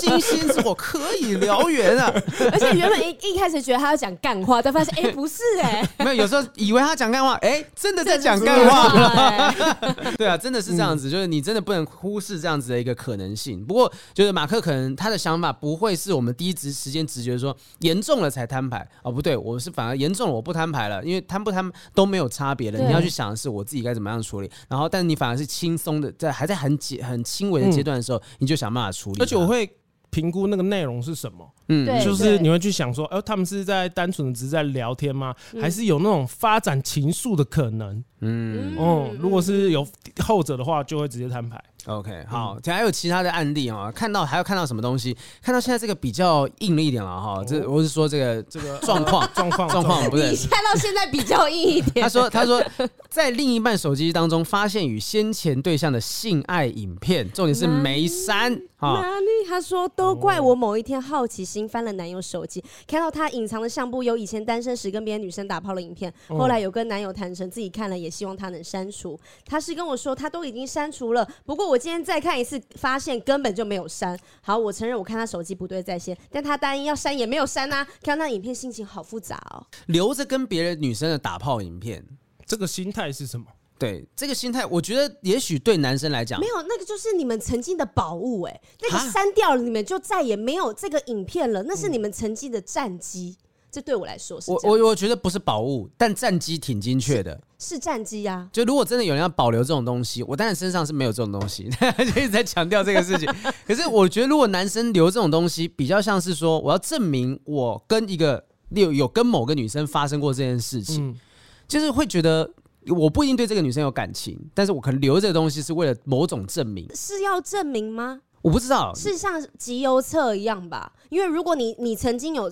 星星之火可以燎原啊！
而且原本一一开始觉得他要讲干话，但发现哎、 不是哎、
没有，有时候以为他讲干话，哎，真的在讲干 话了。
话，
对啊，真的是这
嗯
样子，就是你真的不能忽视这样子的一个可能性。不过，就是马克可能他的想法不会是我们第一直时间直觉说严重了才摊牌哦，不对，我是反而严重了我不摊牌了，因为摊不摊都没有差别了。
对
你要去想的是我自己该怎么样处理，然后但你反而是轻松的，在还在很解很轻微的
嗯
阶段的时候，你就想办法处理它。
而且我会评估那个内容是什么，
嗯
对
就是你会去想说，哎、他们是在单纯的只是在聊天吗？还是有那种发展情愫的可能？
嗯
嗯，如果是有后者的话，就会直接摊牌。
OK，好，
嗯
还有其他的案例啊、看到还要看到什么东西？看到现在这个比较硬了一点了哈，这我是说这个
哦这个
状况
状况
状况不
你
对
一。下到现在比较硬一 点
他。 说：“他说，在另一半手机当中发现与先前对象的性爱影片，重点是没删
嗯
啊。
哪里？他说都怪我某一天好奇心翻了男友手机，看到他隐藏的相簿有以前单身时跟别的女生打炮的影片，后来有跟男友谈成自己看了，也希望他能删除。他是跟我说他都已经删除了，不过我今天再看一次，发现根本就没有删。好，我承认我看他手机不对在先，但他答应要删也没有删啊。看到那影片心情好复杂哦。
留着跟别的女生的打炮影片，
这个心态是什么？
对这个心态，我觉得也许对男生来讲
没，有，那个就是你们曾经的宝物哎、那
啊嗯
个删掉了，你们就再也没有这个影片了，那是你们曾经的战绩。这对我来说是
我
这样
我我觉得不是宝物，但战机挺精确的。
是战啊绩呀、
就如果真的有人要保留这种东西，我当然身上是没有这种东西， 就一直在强调这个事情。可是我觉得，如果男生留这种东西，比较像是说我要证明我跟一个有有跟某个女生发生过这件事情，
嗯，
就是会觉得我不一定对这个女生有感情，但是我可能留这个东西是为了某种证明。
是要证明吗？
我不知道，
是像集邮册一样吧？因为如果你你曾经有。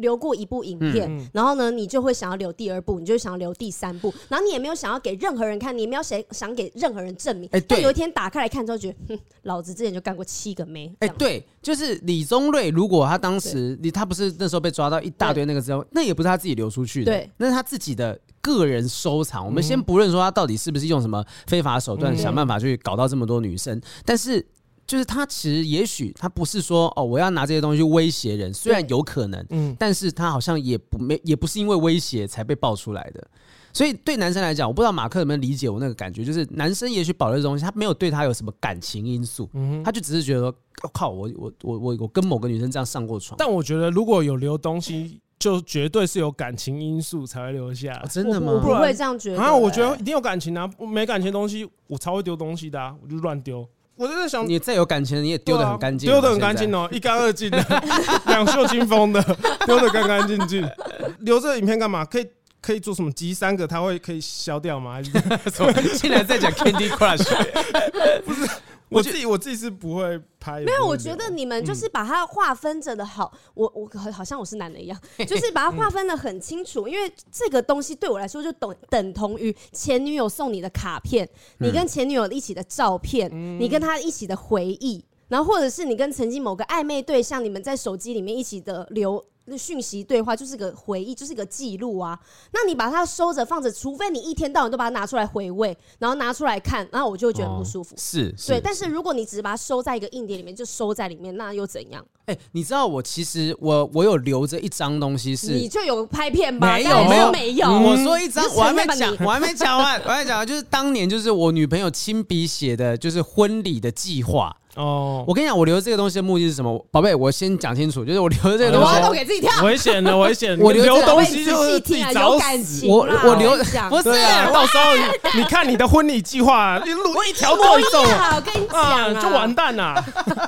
留过一部影片，
嗯嗯
然后呢，你就会想要留第二部，你就会想要留第三部，然后你也没有想要给任何人看，你也没有想想给任何人证明。
哎对
但有一天打开来看之后，觉得，哼，老子之前就干过七个妹。
哎、
这样
对，就是李宗瑞，如果他当时你他不是那时候被抓到一大堆那个之后，那也不是他自己流出去的，
对，嗯
那是他自己的个人收藏。我们先不论说他到底是不是用什么非法手段、
嗯
想办法去搞到这么多女生，但是。就是他其实也许他不是说哦，我要拿这些东西去威胁人，虽然
对
有可能，
嗯
但是他好像也不没也不是因为威胁才被爆出来的。所以对男生来讲，我不知道马克有没有理解我那个感觉，就是男生也许保留这东西，他没有对他有什么感情因素，他就只是觉得说，哦、靠，我我我我我跟某个女生这样上过床，
但我觉得如果有留东西，就绝对是有感情因素才会留下
哦。真的
我不
吗？
然
会这样觉得、
啊，我觉
哎
得一定有感情啊，没感情的东西我超会丢东西的啊，我就乱丢。我就在想，啊
你再有感情，你也丢得很干净，
丢的很干净
哦。
哦，一干二净的， 两袖清风的，丢的干干净净。留这个影片干嘛？可以可以做什么？集三个，它会可以消掉吗？还 是
现在竟然在讲 Candy Crush，
我自己我自己是不会嗯拍。没
没有，我觉得你们就是把它划分着的好，我我好好像我是男的一 样，就是把它划分的很清
嗯
楚，因为这个东西对我来说就等等同于前女友送你的卡片，你跟前女友一起的照片，
嗯
你跟她一起的回忆，然后或者是你跟曾经某个暧昧对象，你们在手机里面一起的留。讯息对话就是个回忆，就是个记录啊。那你把它收着放着，除非你一天到晚都把它拿出来回味，然后拿出来看，然后我就会觉得
哦
很不舒服。
哦是是
对，但是如果你只是把它收在一个硬碟里面，就收在里面，那又怎样？
哎、你知道我其实我我有留着一张东西是
你就有拍片吧？
没
当
有
然
没有
说没有。嗯
我说一张
你，就
我还
承
没
认吧
讲，
你
我还没讲完，我还没讲完，就是当年就是我女朋友亲笔写的，就是婚礼的计划。
哦，
我跟你讲，我留这个东西的目的是什么？宝贝，我先讲清楚，就是我留这个东
我要
西
弄。给自己跳。
危险了，危险！
我
你
留
留
着
东
喂
西
仔
就是
细
自己
听啊，
找
有感
死。
情啦。
我我留
跟你讲
不是
对啊，到时候你你看你的婚礼 计划，你录一条过一
不
中
要，我跟你讲
啊，
啊，
就完蛋了。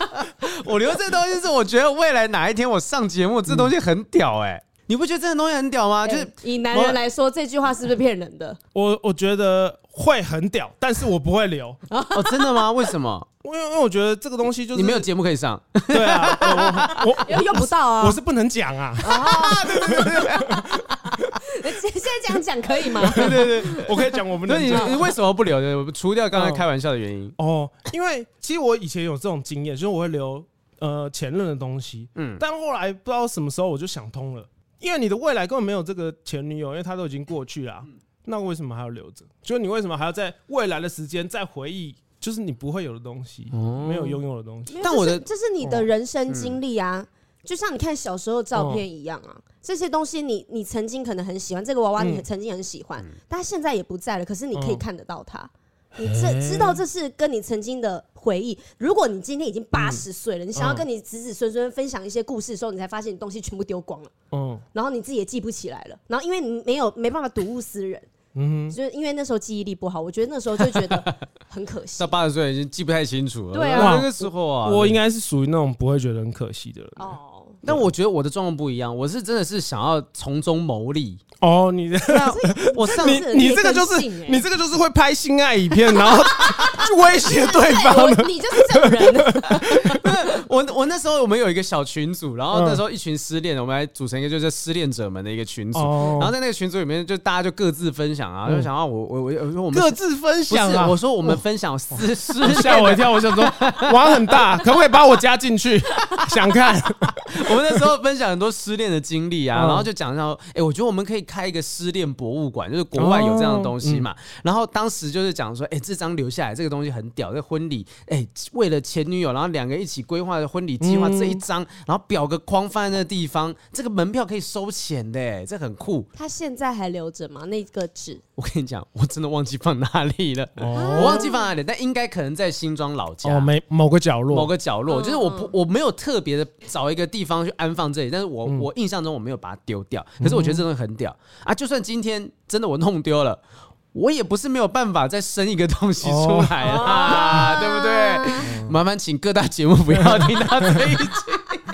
我留这东西是我觉得未来哪一天我上节目，这东西很屌哎、你不觉得这个东西很屌吗？
哎。
啊就是
以男人来说，这句话是不是骗人的？
我我觉得会很屌，但是我不会留，
哦，真的吗？为什么
因为因为我觉得这个东西就是
你没有节目可以上？
对啊，我我
又用不到
我我
啊！
是不能讲啊，
现现在这样讲可以吗？
对对对，我可以讲我不
那
能
你
讲。
你为什么不留？就是除掉刚才开玩笑的原因。
哦，因为其实我以前有这种经验，就是我会留呃前任的东西，
嗯，
但后来不知道什么时候我就想通了，因为你的未来根本没有这个前女友，因为她都已经过去了啊、那为什么还要留着？就是你为什么还要在未来的时间再回忆，就是你不会有的东西，没有拥有的东西？
没有
但我
这
的
是这是你
哦
的人生经历啊，
嗯
就像你看小时候照片一样啊，这些东西你你曾经可能很喜欢这个娃娃，你
哦嗯
曾经很喜欢，但它现在也不在了，可是你可以
嗯
看得到它。你这知道这是跟你曾经的回忆。如果你今天已经八十岁了，你想要
嗯
跟你子子孙孙分享一些故事的时候，你才发现你东西全部丢光了，
嗯
然后你自己也记不起来了，然后因为你没有没办法睹物思人，
嗯
就是因为那时候记忆力不好，我觉得那时候就觉得很可惜
到。八十岁已经记不太清楚了。
对啊
那个时候啊，
哼，我应该是属于那种不会觉得很可惜的人。
哦，
但我觉得我的状况不一样，我是真的是想要从中牟利。
哦，你的。
我上
你
你你这个就是欸
欸
你这个就是会拍性爱影片，然后 去威胁对方的。
我你就是这种人。
我我那时候我们有一个小群组，然后那时候一群失恋的，我们还组成一个就是失恋者们的一个群组。
哦
然后在那个群组里面，就大家就各自分享啊，就想要我我我我说我们
各自分
不是
享啊！
我说我们分享私失
吓
恋
我一
的，
跳，我想说玩很大，可不可以把我加进去？想看
我们那时候分享很多失恋的经历
嗯
啊，然后就讲到，哎、我觉得我们可以开一个失恋博物馆，就是国外有这样的东西嘛。
嗯
然后当时就是讲说，哎、这张留下来，这个东西很屌，这婚礼，哎、为了前女友，然后两个人一起规划的婚礼计划
嗯
这一张，然后表个框放在那个地方，这个门票可以收钱的、哎这很酷。
他现在还留着吗？那个纸
我跟你讲，我真的忘记放哪里了，
哦
我忘记放哪里，但应该可能在新庄老家。
哦，没某个角
某
落，
个角落，
嗯
就是我不我没有特别的找一个地方去安放这里，但是我、
嗯
我印象中我没有把它丢掉，可是我觉得这东西很屌、啊！就算今天真的我弄丢了。我也不是没有办法再生一个东西出来
哦
啦， 对不对？
嗯
麻烦请各大节目不要听到这一集，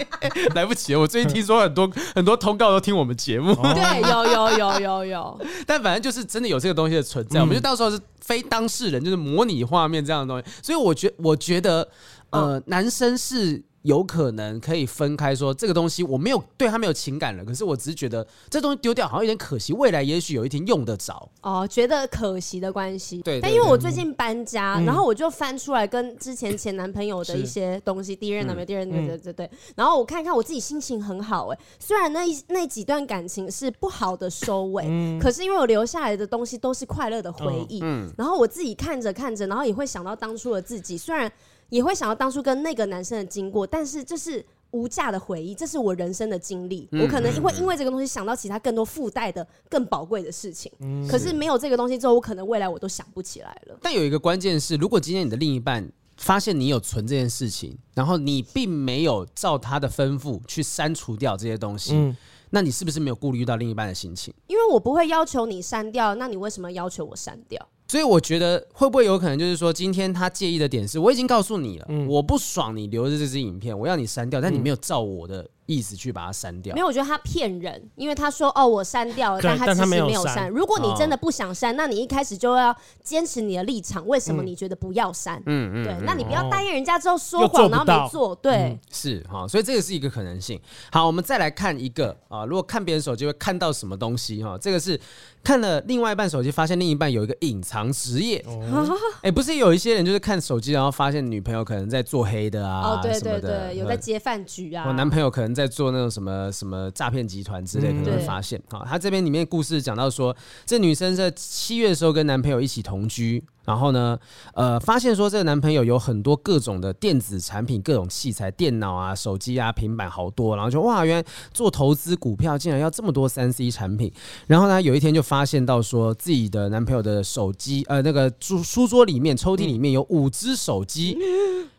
来不及了。我最近听说很多很多通告都听我们节目，
对，有有有有有，
但反正就是真的有这个东西的存在，
嗯
我们就到时候是非当事人，就是模拟画面这样的东西。所以我觉我觉得，呃，
嗯
男生是有可能可以分开说这个东西，我没有对他没有情感了，可是我只是觉得这东西丢掉好像有点可惜，未来也许有一天用得着。
哦，觉得可惜的关系。
对对
但因为我最近搬家，然后我就翻出来跟之前前男朋友的一些东西，第一任男朋友、第二任男朋友，对对对。然后我看一看我自己心情很好哎、虽然那一那几段感情是不好的收尾，可是因为我留下来的东西都是快乐的回忆，然后我自己看着看着，然后也会想到当初的自己，虽然也会想到当初跟那个男生的经过，但是这是。无价的回忆，这是我人生的经历。
嗯
我可能因为因为这个东西想到其他更多附带的更宝贵的事情，
嗯
可是没有这个东西之后，我可能未来我都想不起来了。
但有一个关键是，如果今天你的另一半发现你有存这件事情，然后你并没有照他的吩咐去删除掉这些东西，
嗯
那你是不是没有顾虑到另一半的心情？
因为我不会要求你删掉，那你为什么要求我删掉？
所以我觉得会不会有可能就是说，今天他介意的点是，我已经告诉你了，
嗯
我不爽你留着这支影片，我要你删掉，但你没有照我的意思去把它删掉
没。有，我觉得他骗人，因为他说哦我删掉了，
对
他
但
其
他
实
没有
有
删
删。如果你
哦
真的不想删，那你一开始就要坚持你的立场，为什么你觉得不要删？
嗯嗯，
对，那你不要
哦
答应人家之后说
又做
谎，
不
然后
到嗯
没做，对，
是哈、所以这个是一个可能性。好，我们再来看一个啊，如果看别人手机会看到什么东西哈、这个是看了另外一半手机，发现另一半有一个隐藏职业。
哦
哎、不是有一些人就是看手机，然后发现女朋友可能在做黑的啊，
哦，对
什么
对
的呃
对，有在接饭局啊
我，男朋友可能在做那种什么什么诈骗集团之类，可能会
对
发现。好，他这边里面故事讲到说，这女生在七月的时候跟男朋友一起同居，然后呢，呃，发现说这个男朋友有很多各种的电子产品、各种器材、电脑啊、手机啊、平板好多，然后就哇，原来做投资股票竟然要这么多三 C 产品。然后呢，有一天就发现到说自己的男朋友的手机，呃，那个书书桌里面、抽屉里面有五只手机。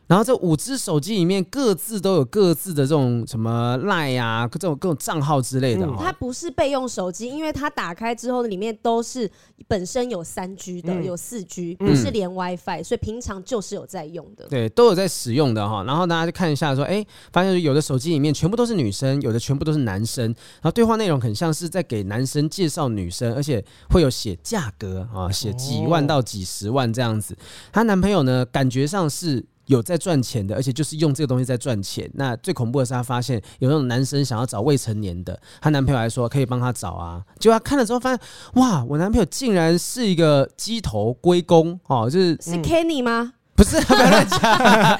然后这五只手机里面各自都有各自的这种什么赖啊，这种各种账号之类的、哦
它不是备用手机，因为它打开之后里面都是本身有三 G 的，
嗯
有四 G，不是连 WiFi，所以平常就是有在用的。
对，都有在使用的哈、然后大家就看一下说，哎，发现有的手机里面全部都是女生，有的全部都是男生。然后对话内容很像是在给男生介绍女生，而且会有写价格啊，写几万到几十万这样子。她男朋友呢，感觉上是。有在赚钱的，而且就是用这个东西在赚钱。那最恐怖的是，她发现有那种男生想要找未成年的，她男朋友还说可以帮她找啊。结果她看了之后发现，哇，我男朋友竟然是一个鸡头龟公哦，就是
是 Kenny 吗？
不是， 不要乱讲。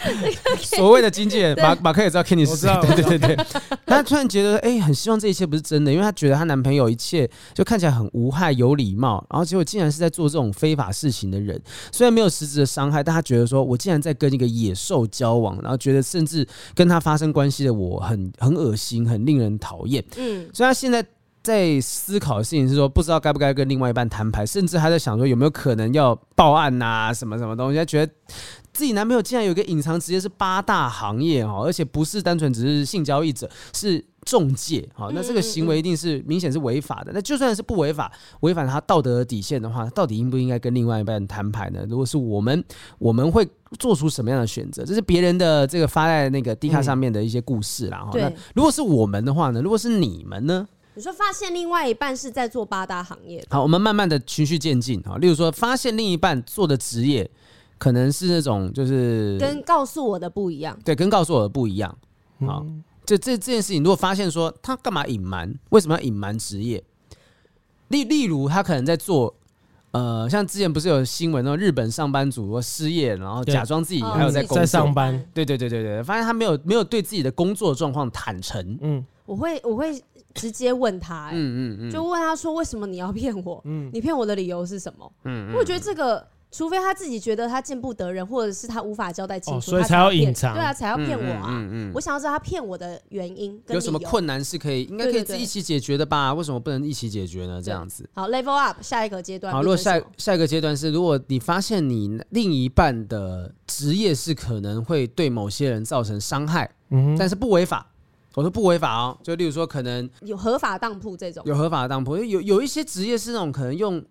所谓的经纪人
对
马马克也知道 Kenny 是
我知
谁
道，
对对 对对。他突然觉得，哎、很希望这一切不是真的，因为她觉得她男朋友一切就看起来很无害、有礼貌，然后结果竟然是在做这种非法事情的人。虽然没有实质的伤害，但她觉得说，我竟然在跟一个野兽交往，然后觉得甚至跟他发生关系的我很很恶心，很令人讨厌。
嗯，
所以她现在在思考的事情是说，不知道该不该跟另外一半摊牌，甚至还在想说有没有可能要报案呐、什么什么东西。她觉得自己男朋友竟然有一个隐藏职业是八大行业哦，而且不是单纯只是性交易者，是中介哈、哦。那这个行为一定是明显是违法的。那就算是不违法，违反他道德的底线的话，到底应不应该跟另外一半摊牌呢？如果是我们，我们会做出什么样的选择？这是别人的这个发在那个 D 卡上面的一些故事啦。哈、
对
哦那如果是我们的话呢？如果是你们呢？
你说发现另外一半是在做八大行业的，
好，我们慢慢的循序渐进啊。例如说，发现另一半做的职业可能是那种就是
跟告诉我的不一样。
对跟告诉我的不一样。
嗯
好，这这这件事情，如果发现说他干嘛隐瞒，为什么要隐瞒职业？例例如，他可能在做呃，像之前不是有新闻，那种日本上班族或失业，然后
对
假装自己
哦
还有在
自己
工
在
作，
上班，
对对对对对，发现他没有没有对自己的工作状况坦诚，
嗯
我会我会直接问他、欸，
嗯嗯嗯，
就问他说为什么你要骗我？
嗯
你骗我的理由是什么？
嗯
我觉得这个，除非他自己觉得他见不得人，或者是他无法交代清楚，
哦所以
他
才要
骗
隐藏
对啊，才要
嗯
骗我啊！
嗯嗯嗯
我想要知道他骗我的原因跟
有什么
理由
困难是可以应该可
对
以
对对
一起解决的吧？为什么不能一起解决呢？这样子。
好，level up，下一个阶段。
好，如果
变成
下
什么
下一个阶段是，如果你发现你另一半的职业是可能会对某些人造成伤害，
嗯哼，
但是不违法。我说不违法哦，就例如说可能
有合法当铺这种，
有合法的当铺，有有一些职业是那种可能用，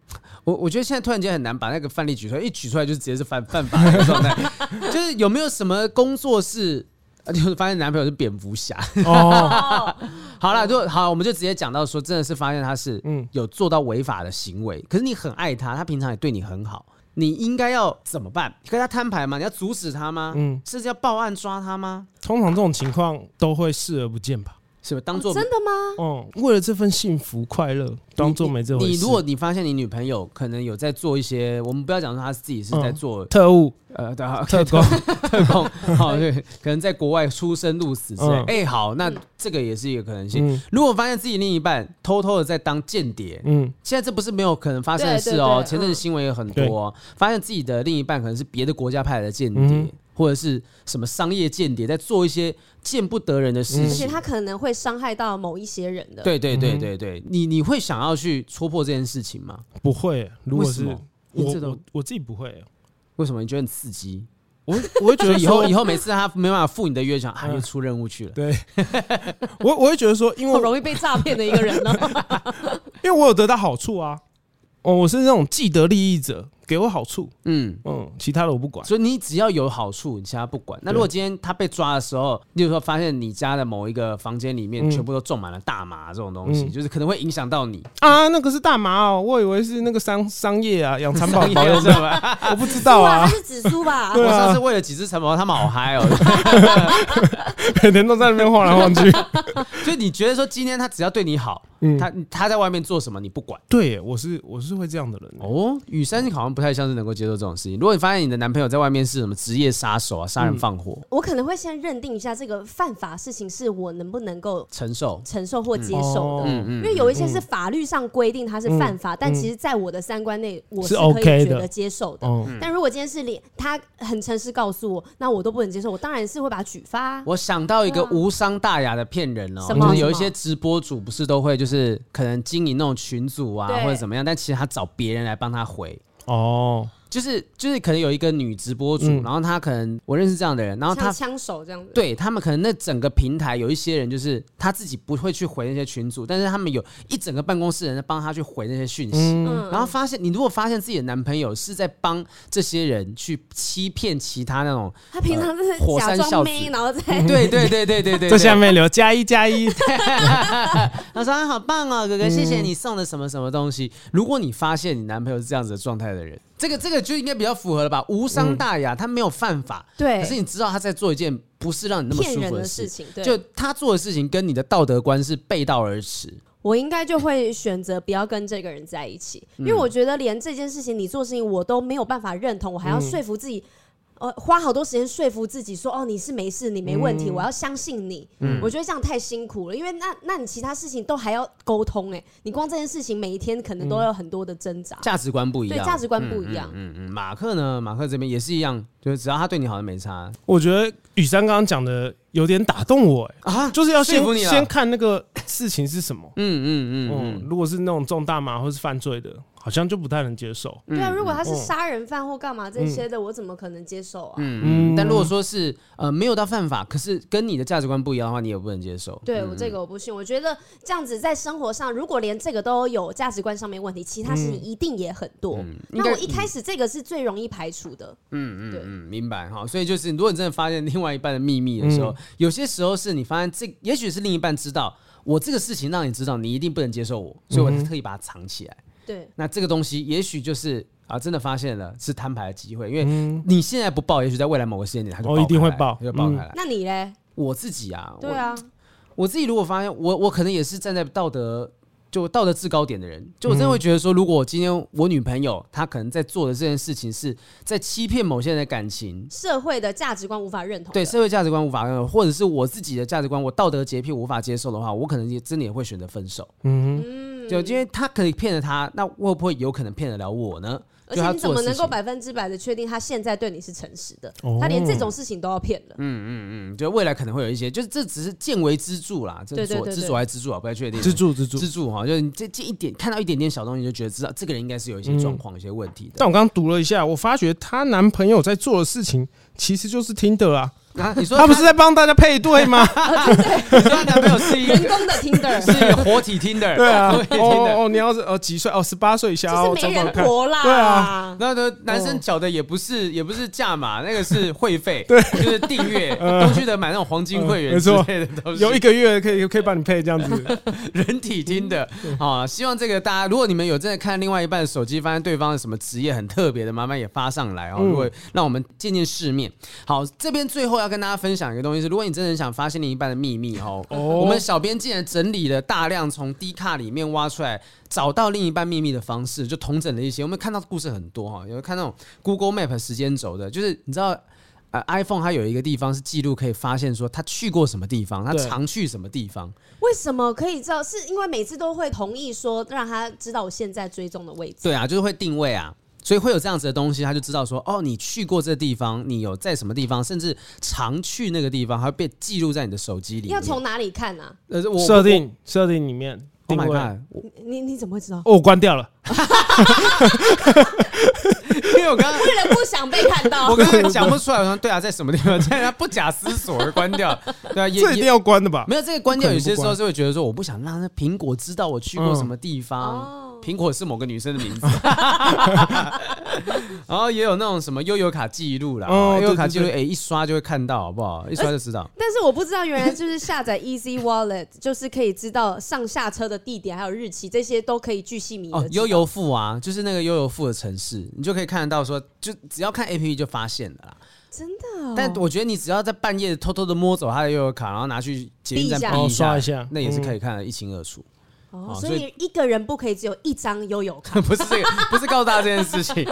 我我觉得现在突然间很难把那个范例举出来，一举出来就直接是犯犯法的状态。 就是有没有什么工作是， 呃就是发现男朋友是蝙蝠侠？
哦，
好了，就好，我们就直接讲到说，真的是发现他是
嗯
有做到违法的行为，可是你很爱他，他平常也对你很好，你应该要怎么办？跟他摊牌吗？你要阻止他吗？
嗯，
甚至要报案抓他吗？
通常这种情况都会视而不见吧？
是吧？当做、
哦真的吗？
嗯，为了这份幸福快乐，当做没这回事。
你如果你发现你女朋友可能有在做一些，我们不要讲说她自己是在做、
特务、
呃对好
特工，
特 工，好对，可能在国外出生入死之类。哎
嗯、
好，那
嗯
这个也是一个可能性。
嗯
如果发现自己另一半偷偷的在当间谍，
嗯，
现在这不是没有可能发生的事哦、
对对对嗯
前阵子新闻有很多哦、发现自己的另一半可能是别的国家派来的间谍、
嗯
或者是什么商业间谍，在做一些见不得人的事
而
情。
且他可能会伤害到某一些人的。
嗯对对对
嗯
对对，你你会想要去戳破这件事情吗？
不会。如果
为什
是
么
我
你这种
我我自己不 会，
为什么你觉得很刺激？
我我会觉
就
得
以
说
后以后每次他没办法赴你的约，想啊又出任务去了。
对，我我会觉得说，因为
好
我
容易被诈骗的一个人 呢、
因为我有得到好处啊，哦，我是那种既得利益者，给我好处，
嗯，
嗯，其他的我不管。
所以你只要有好处，你其他不管。那如果今天他被抓的时候，例如说发现你家的某一个房间里面
嗯
全部都种满了大麻这种东西，
嗯
就是可能会影响到你。
啊，那个是大麻哦，我以为是那个商商业啊， 养蚕宝宝
也
用
是
的，
吧？
我不知
哇，
道啊
他，是紫苏吧？
对
我
啊
上次为了几只蚕宝宝，他们好嗨 哦！
每天都在那边晃来晃去。
就你觉得说今天他只要对你好，
嗯，
他他在外面做什么你不管
对耶，我是我是会这样的人。
哦。雨珊好像不太像是能够接受这种事情。如果你发现你的男朋友在外面是什么职业杀手啊，杀人放火，
嗯
我可能会先认定一下这个犯法事情是我能不能够
承受，
承受或接受的。
嗯
嗯嗯，
因为有一些是法律上规定它是犯法，但其实在我的三观内，我
是
可以
OK 的
觉得接受的。
嗯
哦，
但如果今天是连他很诚实告诉我，那我都不能接受，我当然是会把他举发啊、
我想到一个
对啊
无伤大雅的骗人哦，
什
就
么
是有一
什么
些直播主不是都会就是可能经营那种群组啊
对
或者怎么样，但其实他找别人来帮他回。
哦，
就是就是可能有一个女直播主，
嗯
然后她可能我认识这样的人，然后她
像枪手这样子。
对他们可能那整个平台有一些人，就是他自己不会去回那些群组，但是他们有一整个办公室人在帮他去回那些讯息。
嗯，
嗯，
然后发现，你如果发现自己的男朋友是在帮这些人去欺骗其他那种，
他平常是
呃火
假
山
装
孝
妹，
子
然后再
对对对对 对对，
在下面留加一加一，
他说、啊、好棒哦，哥哥，谢
嗯
谢你送的什么什么东西。如果你发现你男朋友是这样子的状态的人，这个这个就应该比较符合了吧，无
嗯
伤大雅，他没有犯法，可是
对
你知道他在做一件不是让你那么
骗
舒
人
服
的
事
事。情，对，
就他做的事情跟你的道德观是背道而驰，
我应该就会选择不要跟这个人在一起，因为我觉得连这件事情你做的事情我都没有办法认同，我还要说服自己。呃，花好多时间说服自己说，哦，你是没事，你没问题，我要相信你。我觉得这样太辛苦了，因为那那你其他事情都还要沟通、哎，你光这件事情每一天可能都有很多的挣扎，
价值观不一
对
样，
价值观不一样。
嗯嗯，马克呢？马克这边也是一样，就是只要他对你好像没差
我觉得雨珊刚刚讲的有点打动我，哎
啊
就是要先
说服你了
先看那个事情是什么。
嗯嗯嗯
嗯，
嗯，
如果是那种重大麻或是犯罪的，好像就不太能接受。
对啊，如果他是
嗯
杀人犯或干嘛这些的，我怎么可能接受啊？
嗯但如果说是呃没有到犯法，可是跟你的价值观不一样的话，你也不能接受。
对我这个我不信，我觉得这样子在生活上，如果连这个都有价值观上面问题，其他事情一定也很多。
嗯应该
那我一开始这个是最容易排除的，
嗯嗯
对
嗯，明白哈。所以就是，如果你真的发现另外一半的秘密的时候，有些时候是你发现这，也许是另一半知道我这个事情让你知道，你一定不能接受我，所以我特意把它藏起来。
对
那这个东西，也许就是啊，真的发现了是摊牌的机会，因
嗯
为你现在不报，也许在未来某个时间点它就
哦
爆开来
一定会嗯爆
它就爆开来。
那你嘞？
我自己啊，
对啊，
我我自己如果发现我我可能也是站在道德就道德制高点的人，就我真的
嗯
会觉得说，如果我今天我女朋友她可能在做的这件事情是在欺骗某些人的感情，
社会的价值观无法认同的。
对社会价值观无法认同，或者是我自己的价值观，我道德洁癖无法接受的话，我可能也真的也会选择分手。
嗯，
嗯
就因为他可以骗了他，那会不会有可能骗得了我呢？就
而且
他
你怎
做
么
的事
能够
情，
百分之百的确定他现在对你是诚实的？
哦
他连这种事情都要骗了。
嗯，就未来可能会有一些，就是这只是见微知著啦，这
对对
左
对
知
对
左还知著啊，不太确定。
支柱支柱。
知著哈，就是你这这一点看到一点点小东西，就觉得知道这个人应该是有一些
嗯
状况、有些问题的。
但我刚刚读了一下，我发觉她男朋友在做的事情其实就是听的啊，
啊，你说
他不是在帮大家配对吗？
你说她男朋友是一个
人工的 Tinder
是一个活体 Tinder，
对 啊
活体，Tinder。
哦哦，你要是哦几岁哦，十八
啊
岁以下 哦
就，是
找
没
找
人
看。
婆啦。
对啊
然后呢，男生缴的也不是也不是价码，那个是会费，对，就是订 阅，东区的买那种黄金会员
嗯嗯没
之
错
类的东西，
有一个月可以可以帮你配这样子，
人体听的
嗯
啊、希望这个大家，如果你们有真的看另外一半的手机，发现对方的什么职业很特别的，麻烦也发上来哦，
嗯
如果让我们见见世面。好，这边最后要跟大家分享一个东西是，如果你真的很想发现另一半的秘密哦，
哦
我们小编竟然整理了大量从低卡里面挖出来。找到另一半秘密的方式，就统整了一些。我们看到的故事很多哈、有看那种 Google Map 时间轴的，就是你知道呃，iPhone 它有一个地方是记录可以发现说他去过什么地方，他
对
常去什么地方。
为什么可以知道？是因为每次都会同意说让他知道我现在追踪的位置。
对啊，就是会定位啊，所以会有这样子的东西，他就知道说，哦，你去过这地方，你有在什么地方，甚至常去那个地方，还会被记录在你的手机里面。
要从哪里看啊？
呃，我
设定设定里面
我
定
Oh
位。
my god！我
你你你怎么会知道？
哦，我关掉了。
因为我刚刚。
为了不想被 看
我
到，
刚才讲不出来，我说对啊，在什么地方？在他不假思索而关掉，对啊，也
这一定
也
要关的吧？
没有这个关掉。有些时
不可能
候
不关
是会觉得说，我不想让那苹果知道我去过
嗯
什么地方
哦。
苹果是某个女生的名 字，然后也有那种什么悠游卡记录啦，
哦
悠游卡
对对
记录，
对
哎，一刷就会看到，好不好？一刷就知道。
但是我不知道原来就是下载 Easy Wallet，就是可以知道上下车的地点还有日期，这些都可以巨细靡
哦
遗，
悠
的。
游付啊，就是那个悠游付的城市，你就可以看得到说，就只要看 A P P 就发现了啦。
真的哦？
但我觉得你只要在半夜偷偷的摸走他的悠游卡，然后拿去捷运站
避一下
避
哦刷一下
那也是可以看得一清二楚。
哦
啊，
所
所
以一个人不可以只有一张悠 游卡。
不是这个，不是告诉大家这件事情。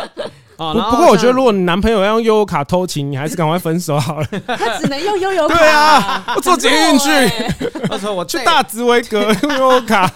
哦，
不
然后
不过我觉得，
像
如果你男朋友要用悠游卡偷情，你还是赶快分手好了。
他只能用悠游卡。哦
对啊， 我坐捷运去，
对
我说我
去
最
大直维格用悠游卡。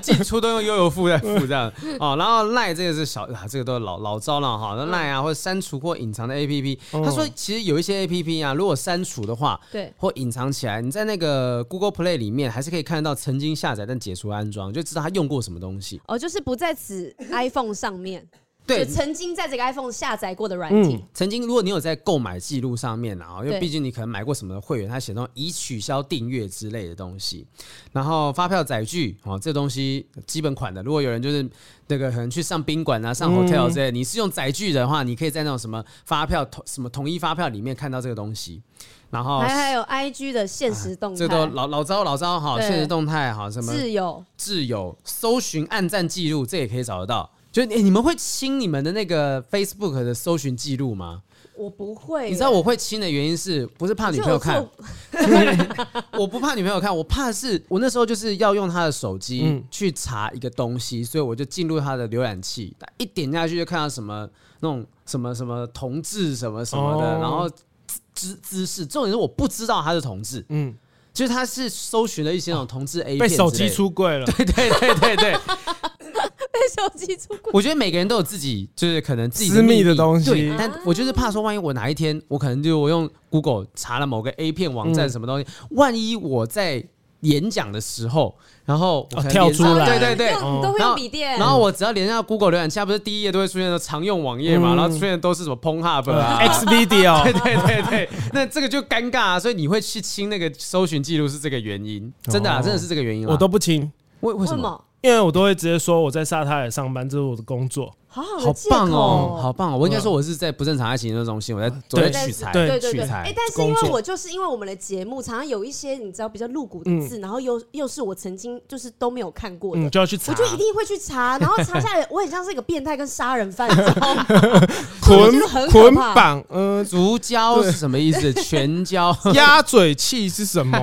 进出都用悠游付在付这样哦，然后赖这个是小啊，这个都是老老招了
嗯
哈，那赖啊或者删除或隐藏的 A P P，他
嗯
说其实有一些 A P P 啊，如果删除的话，
对
或隐藏起来，你在那个 Google Play 里面还是可以看得到曾经下载但解除安装，就知道他用过什么东西。
哦，就是不在此 iPhone 上面，
对
就，曾经在这个 iPhone 下载过的软体
嗯，
曾经如果你有在购买记录上面啊，因为
对
毕竟你可能买过什么会员，它写到已取消订阅之类的东西，然后发票载具哦，这东西基本款的，如果有人就是那个可能去上宾馆啊、上
嗯
hotel 之类的，你是用载具的话，你可以在那种什么发票统什么统一发票里面看到这个东西，然后
还还有 IG 的现实动
啊这
态，
都老老招老招哈，
对
现实动态哈，什么
自由
挚友搜寻暗战记录，这也可以找得到。就是、诶你们会清你们的那个 Facebook 的搜寻记录吗？
我不会耶，
你知道我会清的原因是不是怕女
就
朋友看
就？
我不怕女朋友看，我怕的是我那时候就是要用她的手机
嗯
去查一个东西，所以我就进入她的浏览器，一点下去就看到什么那种什么什么同志什么什么的，
哦
然后姿姿姿势，重点是我不知道他是同志，
嗯，哦
就是他是搜寻了一些那种同志 A 片
被手
之
机
类的。
出柜 了。
对对对对对，
被手机出轨，
我觉得每个人都有自己，就是可能自己
私密
秘密
的东西
对
啊，
但我就是怕说，万一我哪一天，我可能就我用 Google 查了某个 A 片网站
嗯
什么东西，万一我在演讲的时候，然后我可能
哦跳
连上
出来哦
对对对。
用都会
然
用
后
笔电，
然后我只要连上 Google 浏览器，它不是第一页都会出现的常用网页嘛，
嗯
然后出现的都是什么 Pornhub 啊
X video
对 对对对，那这个就尴尬啊，所以你会去清那个搜寻记录是这个原因，真的啊，
哦
真的是这个原因啊。
我都不清，
为为
为
什么？？
因为我都会直接说我在沙滩也上班，这是我的工作。
好好的
好
啊借口
棒哦，好棒哦！我应该
嗯
说我是在不正常爱情那中心，我在我
对
在呃取材，
对
对对
取
对，
材
哎，但是因
工
为
作
我就是因为我们的节目常常有一些你知道比较露骨的字，然后又又是我曾经就是都没有看过的
嗯，，就要去查
我就一定会去查，然后查下来，我很像是一个变态跟杀人犯，你知道 吗？我
捆
觉得很可
捆
怕
绑，嗯，
足交
对
是什么意思？全 交
鸭嘴器是什么？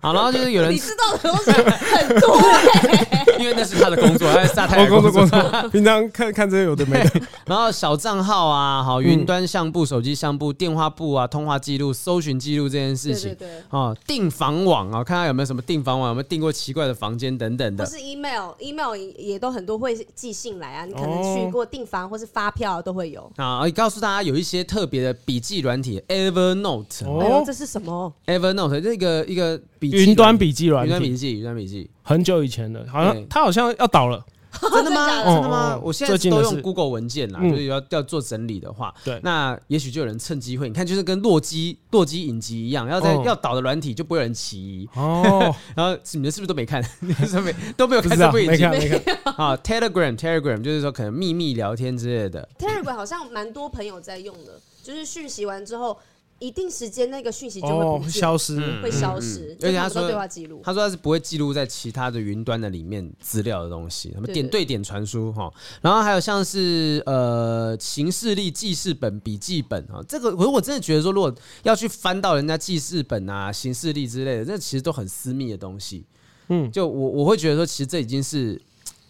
好，然后就是有人
你，知道的东西很多欸，
因为那是他的工作，他在撒太
我
阳
哦工作
工
工作，平常看看这些有的没的，
然后小账号啊，好，云
嗯
端相簿、手机相簿、电话簿啊，通话记录、搜寻记录这件事
对
情
对，对，
哦，订房网啊，看看有没有什么订房网，有没有订过奇怪的房间等等
或
的。
是 email，email 也都很多会寄信来啊，你可能去过订房或是发票都会有。
啊，也告诉大家有一些特别的笔记软体，Evernote，Evernote、
哦
哎呦，这是什么？
Evernote 这个一个笔记
云端
软
笔记软
云端笔
体，
记，云端笔记，
很久以前的，好
对
像它好像要倒了，
真的吗？
真的假
真
的
的吗
哦哦？
我现在
最近的
都
是
用 Google 文件啦，
嗯
就是要要做整理的话，
对
那也许就有人趁机会，你看，就是跟洛基洛基影集一样，要在
哦
要倒的软体就不会有人起疑。
哦，
然后你们是不是都没看？ 你们是不是没都没有
不
看
知
这
道，
部影
没
集
看 没看，
啊？Telegram Telegram 就是说可能秘密聊天之类的，
Telegram 好像蛮多朋友在用的，就是讯息完之后，一定时间那个讯息就会
哦，
不见，
消失，
会消失，
嗯嗯而且他
就看不到
说
对话记录。
他说他是不会记录在其他的云端的里面资料的东西，什么
对
点
对
对点传输哈，然后还有像是呃行事历、记事本、笔记本啊，这个可是我真的觉得说，如果要去翻到人家记事本啊、行事历之类的，这其实都很私密的东西。
嗯
就我我会觉得说，其实这已经是。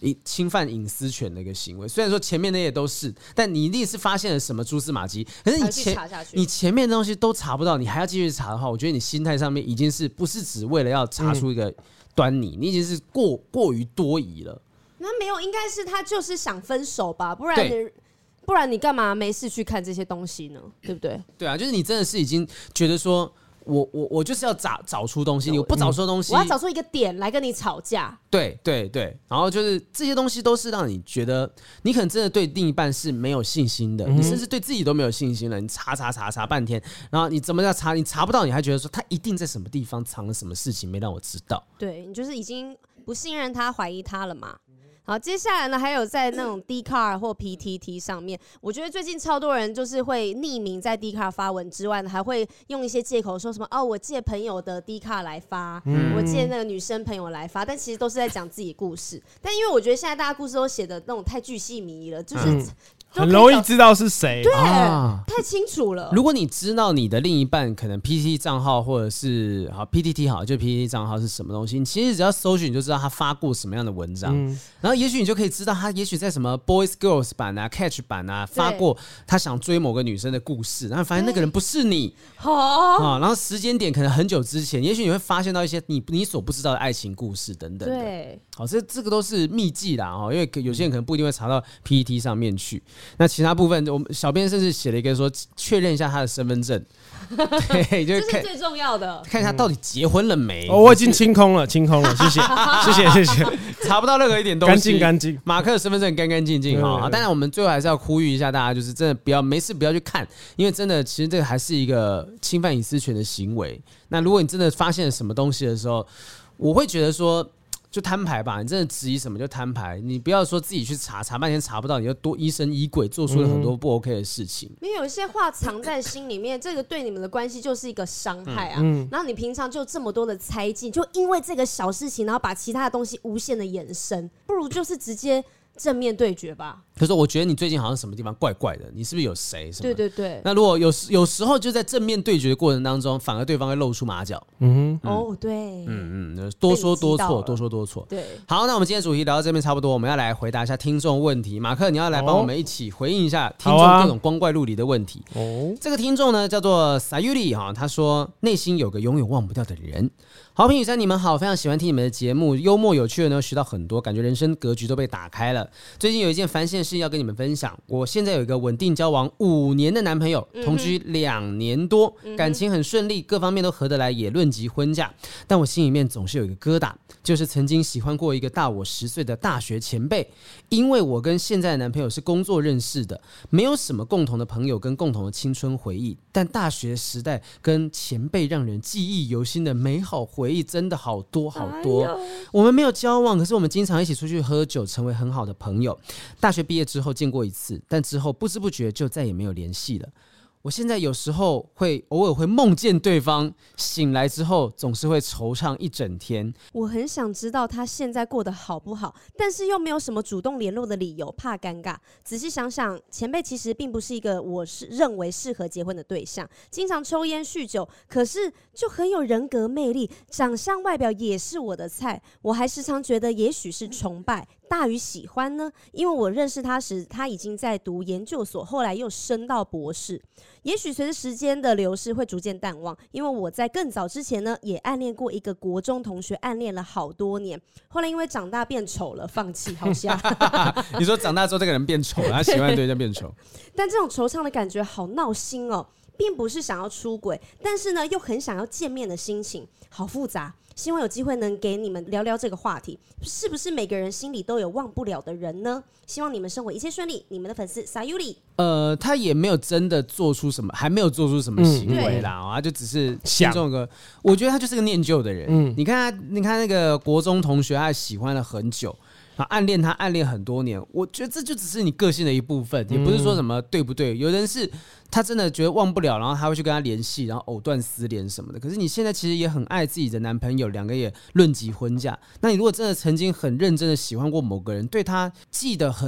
一侵犯隐私权的一个行为，虽然说前面那些都是，但你一定是发现了什么蛛丝马迹，可是
还
你
要去
前
查下去，
你前面的东西都查不到，你还要继续查的话，我觉得你心态上面已经是不是只为了要查出一个端倪，你已经是过过于多疑了。
那没有，应该是他就是想分手吧，不然
对
你不然你干嘛没事去看这些东西呢？对不对？
对啊，就是你真的是已经觉得说。我我我就是要找找出东西，你不找出东西，
我要找出一个点来跟你吵架，
对对对，然后就是这些东西都是让你觉得你可能真的对另一半是没有信心的，你甚至对自己都没有信心了。你查查查查半天，然后你怎么样查，你查不到，你还觉得说他一定在什么地方藏了什么事情没让我知道。
对你就是已经不信任他、怀疑他了嘛。好，接下来呢，还有在那种 d c a r 或 PTT 上面，我觉得最近超多人就是会匿名在 d c a r 发文之外呢，还会用一些借口说什么哦，我借朋友的 d c a r 来发，我借那个女生朋友来发，但其实都是在讲自己故事。但因为我觉得现在大家故事都写的那种太巨细靡遗了，就是
嗯
都可以
很容易
找
知道是谁。
对，
啊
太清楚了。
如果你知道你的另一半可能 PTT 账号或者是好 PTT 好，就 PTT 账号是什么东西，你其实只要搜寻你就知道他发过什么样的文章，然后也许你就可以知道他也许在什么 Boys Girls 版啊、Catch 版啊发过他想追某个女生的故事，然后发现那个人不是你
好、
啊，然后时间点可能很久之前，也许你会发现到一些你你所不知道的爱情故事等等的。
对，
好，这这个都是秘技啦，哦，因为有些人可能不一定会查到 PPT 上面去。那其他部分，我们小编甚至写了一个说，确认一下他的身份证， 对，就
这
是
是
看
最重要的。
看一下到底结婚了没。
哦，我已经清空了，清空了， 谢谢，谢谢，谢谢，
查不到任何一点东西，
干净干净。
马克的身份证干干净净
对对
哈。好
对
当然，我们最后还是要呼吁一下大家，就是真的不要没事不要去看，因为真的其实这个还是一个侵犯隐私权的行为。那如果你真的发现了什么东西的时候，我会觉得说。就摊牌吧，你真的质疑什么就摊牌，你不要说自己去查，查半天查不到，你就多疑神疑鬼，做出了很多不 OK 的事情。
因为有一些话藏在心里面，这个对你们的关系就是一个伤害啊。
嗯
然后你平常就这么多的猜忌，就因为这个小事情，然后把其他的东西无限的延伸，不如就是直接正面对决吧。
可是我觉得你最近好像什么地方怪怪的，你是不是有谁什么？
对对对，
那如果有时有时候就在正面对决的过程当中，反而对方会露出马脚。
哦对，
嗯嗯，多说多
被你击倒
错，
了
多说多错。
对，
好，那我们今天主题聊到这边差不多，我们要来回答一下听众问题。马克，你要来帮我们一起回应一下听
好
众
啊
各种光怪陆离的问题。
哦，
这个听众呢叫做 Sayuri 哈、他说内心有个永远忘不掉的人。好评雨山，你们好，非常喜欢听你们的节目，幽默有趣的呢，学到很多，感觉人生格局都被打开了。最近有一件烦心的事要跟你们分享，我现在有一个稳定交往五年的男朋友，同居两年多，感情很顺利，各方面都合得来，也论及婚嫁。但我心里面总是有一个疙瘩，就是曾经喜欢过一个大我十岁的大学前辈，因为我跟现在的男朋友是工作认识的，没有什么共同的朋友跟共同的青春回忆，但大学时代跟前辈让人记忆犹新的美好
哎
回忆真的好多好多。我们没有交往，可是我们经常一起出去喝酒，成为很好的朋友，大学毕业之后见过一次，但之后不知不觉就再也没有联系了。我现在有时候会偶尔会梦见对方，醒来之后总是会惆怅一整天。
我很想知道他现在过得好不好，但是又没有什么主动联络的理由，怕尴尬。仔细想想，前辈其实并不是一个我是认为适合结婚的对象，经常抽烟酗酒，可是就很有人格魅力，长相外表也是我的菜。我还时常觉得，也许是崇拜大于喜欢呢，因为我认识他时，他已经在读研究所，后来又升到博士。也许随着时间的流逝，会逐渐淡忘。因为我在更早之前呢，也暗恋过一个国中同学，暗恋了好多年。后来因为长大变丑了，放弃，好像。
你说长大之后这个人变丑了，他喜欢的对象变丑，
但这种惆怅的感觉好闹心哦，并不是想要出轨，但是呢又很想要见面的心情，好复杂。希望有机会能给你们聊聊这个话题，是不是每个人心里都有忘不了的人呢？希望你们生活一切顺利，你们的粉丝 Sayuri。
呃，他也没有真的做出什么，还没有做出什么行为啦，啊、他就只是心中有个，我觉得他就是个念旧的人。
嗯
你看他，你看那个国中同学，他喜欢了很久，啊，暗恋他暗恋很多年，我觉得这就只是你个性的一部分，也不是说什么对不对。有的人是他真的觉得忘不了，然后他会去跟他联系，然后藕断丝连什么的。可是你现在其实也很爱自己的男朋友，两个也论及婚嫁。那你如果真的曾经很认真的喜欢过某个人，对他记得很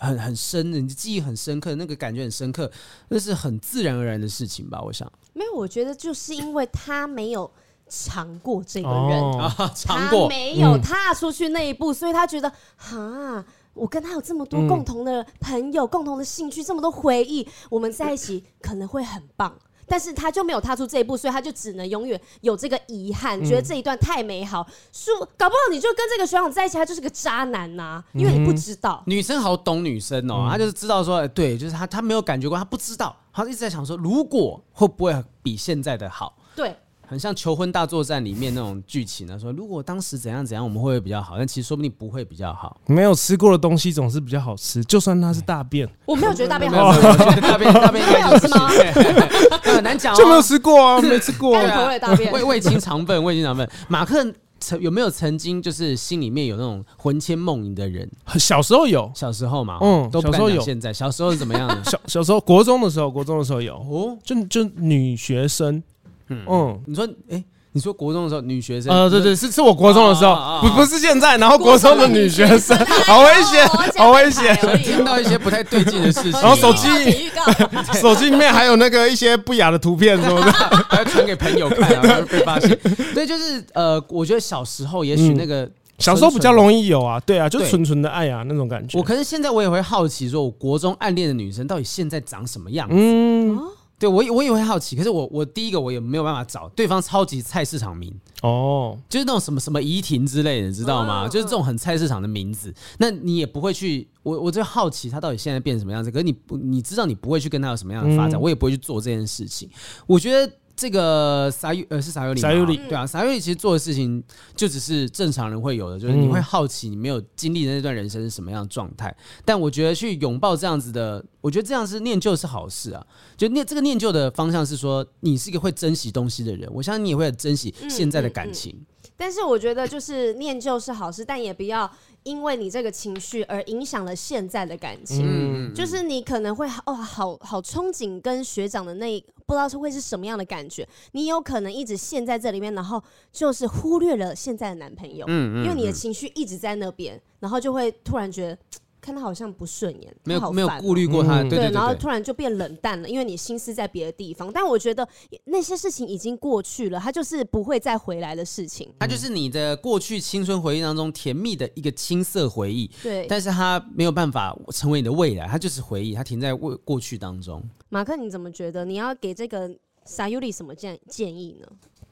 很很深，你记忆很深刻，那个感觉很深刻，那是很自然而然的事情吧？我想
没有，我觉得就是因为他没有尝过这个人，
哦，
啊，
他
尝过
没
嗯
有踏出去那一步，所以他觉得哈。我跟他有这么
嗯
多共同的朋友、共同的兴趣、这么多回忆，我们在一起可能会很棒，但是他就没有踏出这一步，所以他就只能永远有这个遗憾，
嗯
觉得这一段太美好。说搞不好你就跟这个学长在一起，他就是个渣男呐、
嗯
因为你不知道。
女生好懂女生哦，她就是知道说，呃对，就是她她没有感觉过，她不知道，她一直在想说，如果会不会比现在的好，
对，
很像《求婚大作战》里面那种剧情啊，说如果当时怎样怎样，我们会不会比较好？但其实说不定不会比较好。
没有吃过的东西总是比较好吃，就算它是大便，
我没有觉得大便
没有
好
没
吃，
有没有我觉得大便大便应该就是
没有是吗
对对对很难讲
就没有
哦。
吃过啊， 没吃过
对
干
啊
你头嘞大便。
味味精肠粉，味精肠粉。马克曾有没有曾经就是心里面有那种魂牵梦萦的人？
小时候有，
小时候嘛，
嗯
都不敢
小时候
讲
有？
现在小时候是怎么样的
小小时候国中的时候，国中的时候有，
哦，
就就女学生，嗯。
你说，哎、你说国中的时候女学生，
呃，对对，是是我国中的时
哦
啊啊啊
候，不不是现在，然后国中的女学生， 好危
哦
险，好危险，
听到一些不太对劲的事情，啊
然后手机
预告，
手机里面还有那个一些不雅的图片什么 的，
还要传给朋友看、啊，然后被发现。对，就是呃，我觉得小时候也许那个、
嗯小时候比较容易有啊，对啊，就
对
纯纯的爱啊那种感觉。
我可是现在我也会好奇，说我国中暗恋的女生到底现在长什么样子？
嗯，
对我也我也会好奇，可是我我第一个我也没有办法找对方超级菜市场名，
哦，
就是那种什么什么怡婷之类的，你知道吗？
嗯嗯
就是这种很菜市场的名字，那你也不会去，我我就好奇他到底现在变成什么样子。可是你不，你知道你不会去跟他有什么样的发展，
嗯
我也不会去做这件事情。我觉得这个撒尤呃是撒尤里吗，
撒尤里
对啊，撒尤里其实做的事情就只是正常人会有的，
嗯
就是你会好奇你没有经历的那段人生是什么样的状态。但我觉得去拥抱这样子的，我觉得这样是念旧是好事啊。就念这个念旧的方向是说，你是一个会珍惜东西的人，我相信你也会很珍惜
嗯
现在的感情。
但是我觉得，就是念旧是好事，但也不要因为你这个情绪而影响了现在的感情。
嗯
就是你可能会哦，好好憧憬跟学长的那一不知道是会是什么样的感觉。你有可能一直陷在这里面，然后就是忽略了现在的男朋友，
嗯
因为你的情绪一直在那边，然后就会突然觉得嘖看他好像不顺眼，
没
他好
有没有
烦哦
顾虑过他，
嗯
对对对
然后
对
突然就变冷淡了，因为你心思在别的地方。但我觉得那些事情已经过去了，它就是不会再回来的事情。
它就是你的过去青春回忆当中甜蜜的一个青涩回忆，
对，
但是它没有办法成为你的未来，它就是回忆，它停在过过去当中。
马克，你怎么觉得？你要给这个 Sayuri 什么建建议呢？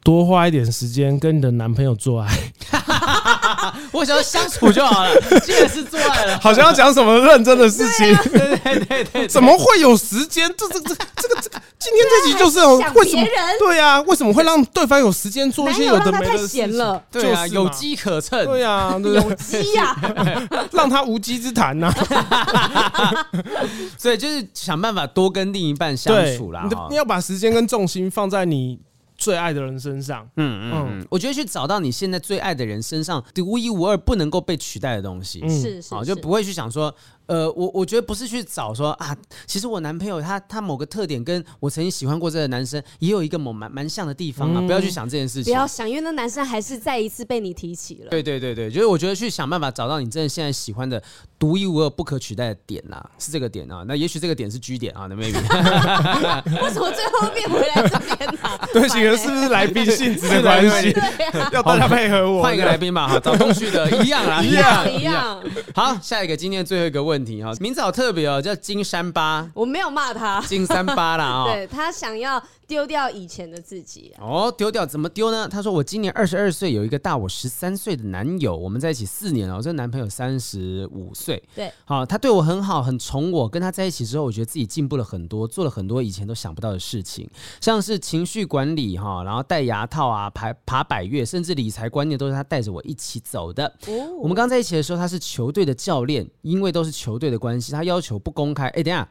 多花一点时间跟你的男朋友做爱，
我想要相处就 好了，既然是做爱了，
好像要讲什么认真的事情，
啊
对对对 对，
怎么会有时间？这这这这个这个，今天这集就是有
啊想
为什么
别人？
对啊，为什么会让对方有时间做一
男
些
友
有
让
的
他
没
太
的事
闲
情？
了，
对啊，
就是嘛
有机可乘。
对啊，对不
有
对？
机 呀、
让他无稽之谈啊呐。
所以就是想办法多跟另一半相
对，
处啦
你。的
哈
你要把时间跟重心放在你最爱的人身上。
嗯嗯嗯，我觉得去找到你现在最爱的人身上独一无二、不能够被取代的东西，
嗯
是是
好
是，
哦就不会去想说，呃，我我觉得不是去找说啊，其实我男朋友他他某个特点跟我曾经喜欢过这个男生也有一个某蛮蛮像的地方啊，不要去想这件事
嗯不
情。
要想，因为那男生还是再一次被你提起了。
对对对对，就是我觉得去想办法找到你真的现在喜欢的独一无二、不可取代的点呐、是这个点啊。那也许这个点是 G 点啊，那 maybe
为什么最后变回来这边呢、
对，
烦
几个
欸
是不是来宾性质
对对
的关
对
系？要大家配合我。
换一个来宾吧，哈，找东旭 的一样啊，
一样一。样，
好，下一个今天最后一个问题哈，名字好特别哦，叫金山八，
我没有骂他，
金山八啦啊、
对他想要丢掉以前的自己、啊
哦，丢掉怎么丢呢？他说我今年二十二岁，有一个大我十三岁的男友，我们在一起四年了。这男朋友三十五岁，
对，
好、他对我很好，很宠我。跟他在一起之后，我觉得自己进步了很多，做了很多以前都想不到的事情，像是情绪管理哈、然后戴牙套啊，爬爬百越，甚至理财观念都是他带着我一起走的。
哦
我们刚在一起的时候，他是球队的教练，因为都是球队的关系，他要求不公开。哎，等一下，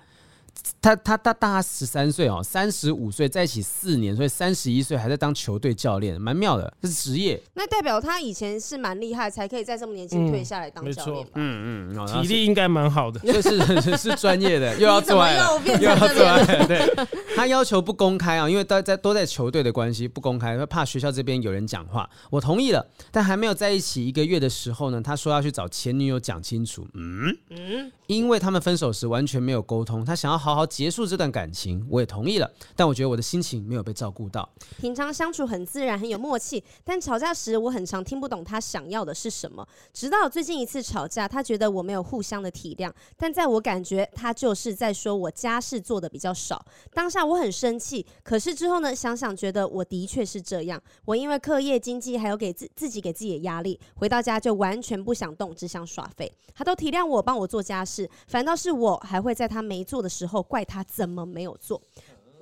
他他他大他十三岁哦，三十五岁在一起四年，所以三十一岁还在当球队教练，蛮妙的，这是职业。
那代表他以前是蛮厉害，才可以在这么年轻退下来当教练吧？
嗯嗯，哦
体。力应该蛮好的，
这是是 是专业的，又要
你怎
做
么
爱了
又，变
又要
成这
做
边
爱
了？
了。对，他要求不公开啊，因为都在都在球队的关系不公开，怕学校这边有人讲话。我同意了，但还没有在一起一个月的时候呢，他说要去找前女友讲清楚。嗯
嗯
因为他们分手时完全没有沟通，他想要好好结束这段感情，我也同意了，但我觉得我的心情没有被照顾到。
平常相处很自然，很有默契，但吵架时我很常听不懂他想要的是什么。直到最近一次吵架，他觉得我没有互相的体谅，但在我感觉他就是在说我家事做的比较少。当下我很生气，可是之后呢，想想觉得我的确是这样。我因为课业、经济还有给自自己给自己的压力，回到家就完全不想动，只想耍废。他都体谅我，帮我做家事，反倒是我还会在他没做的时候怪他怎么没有做。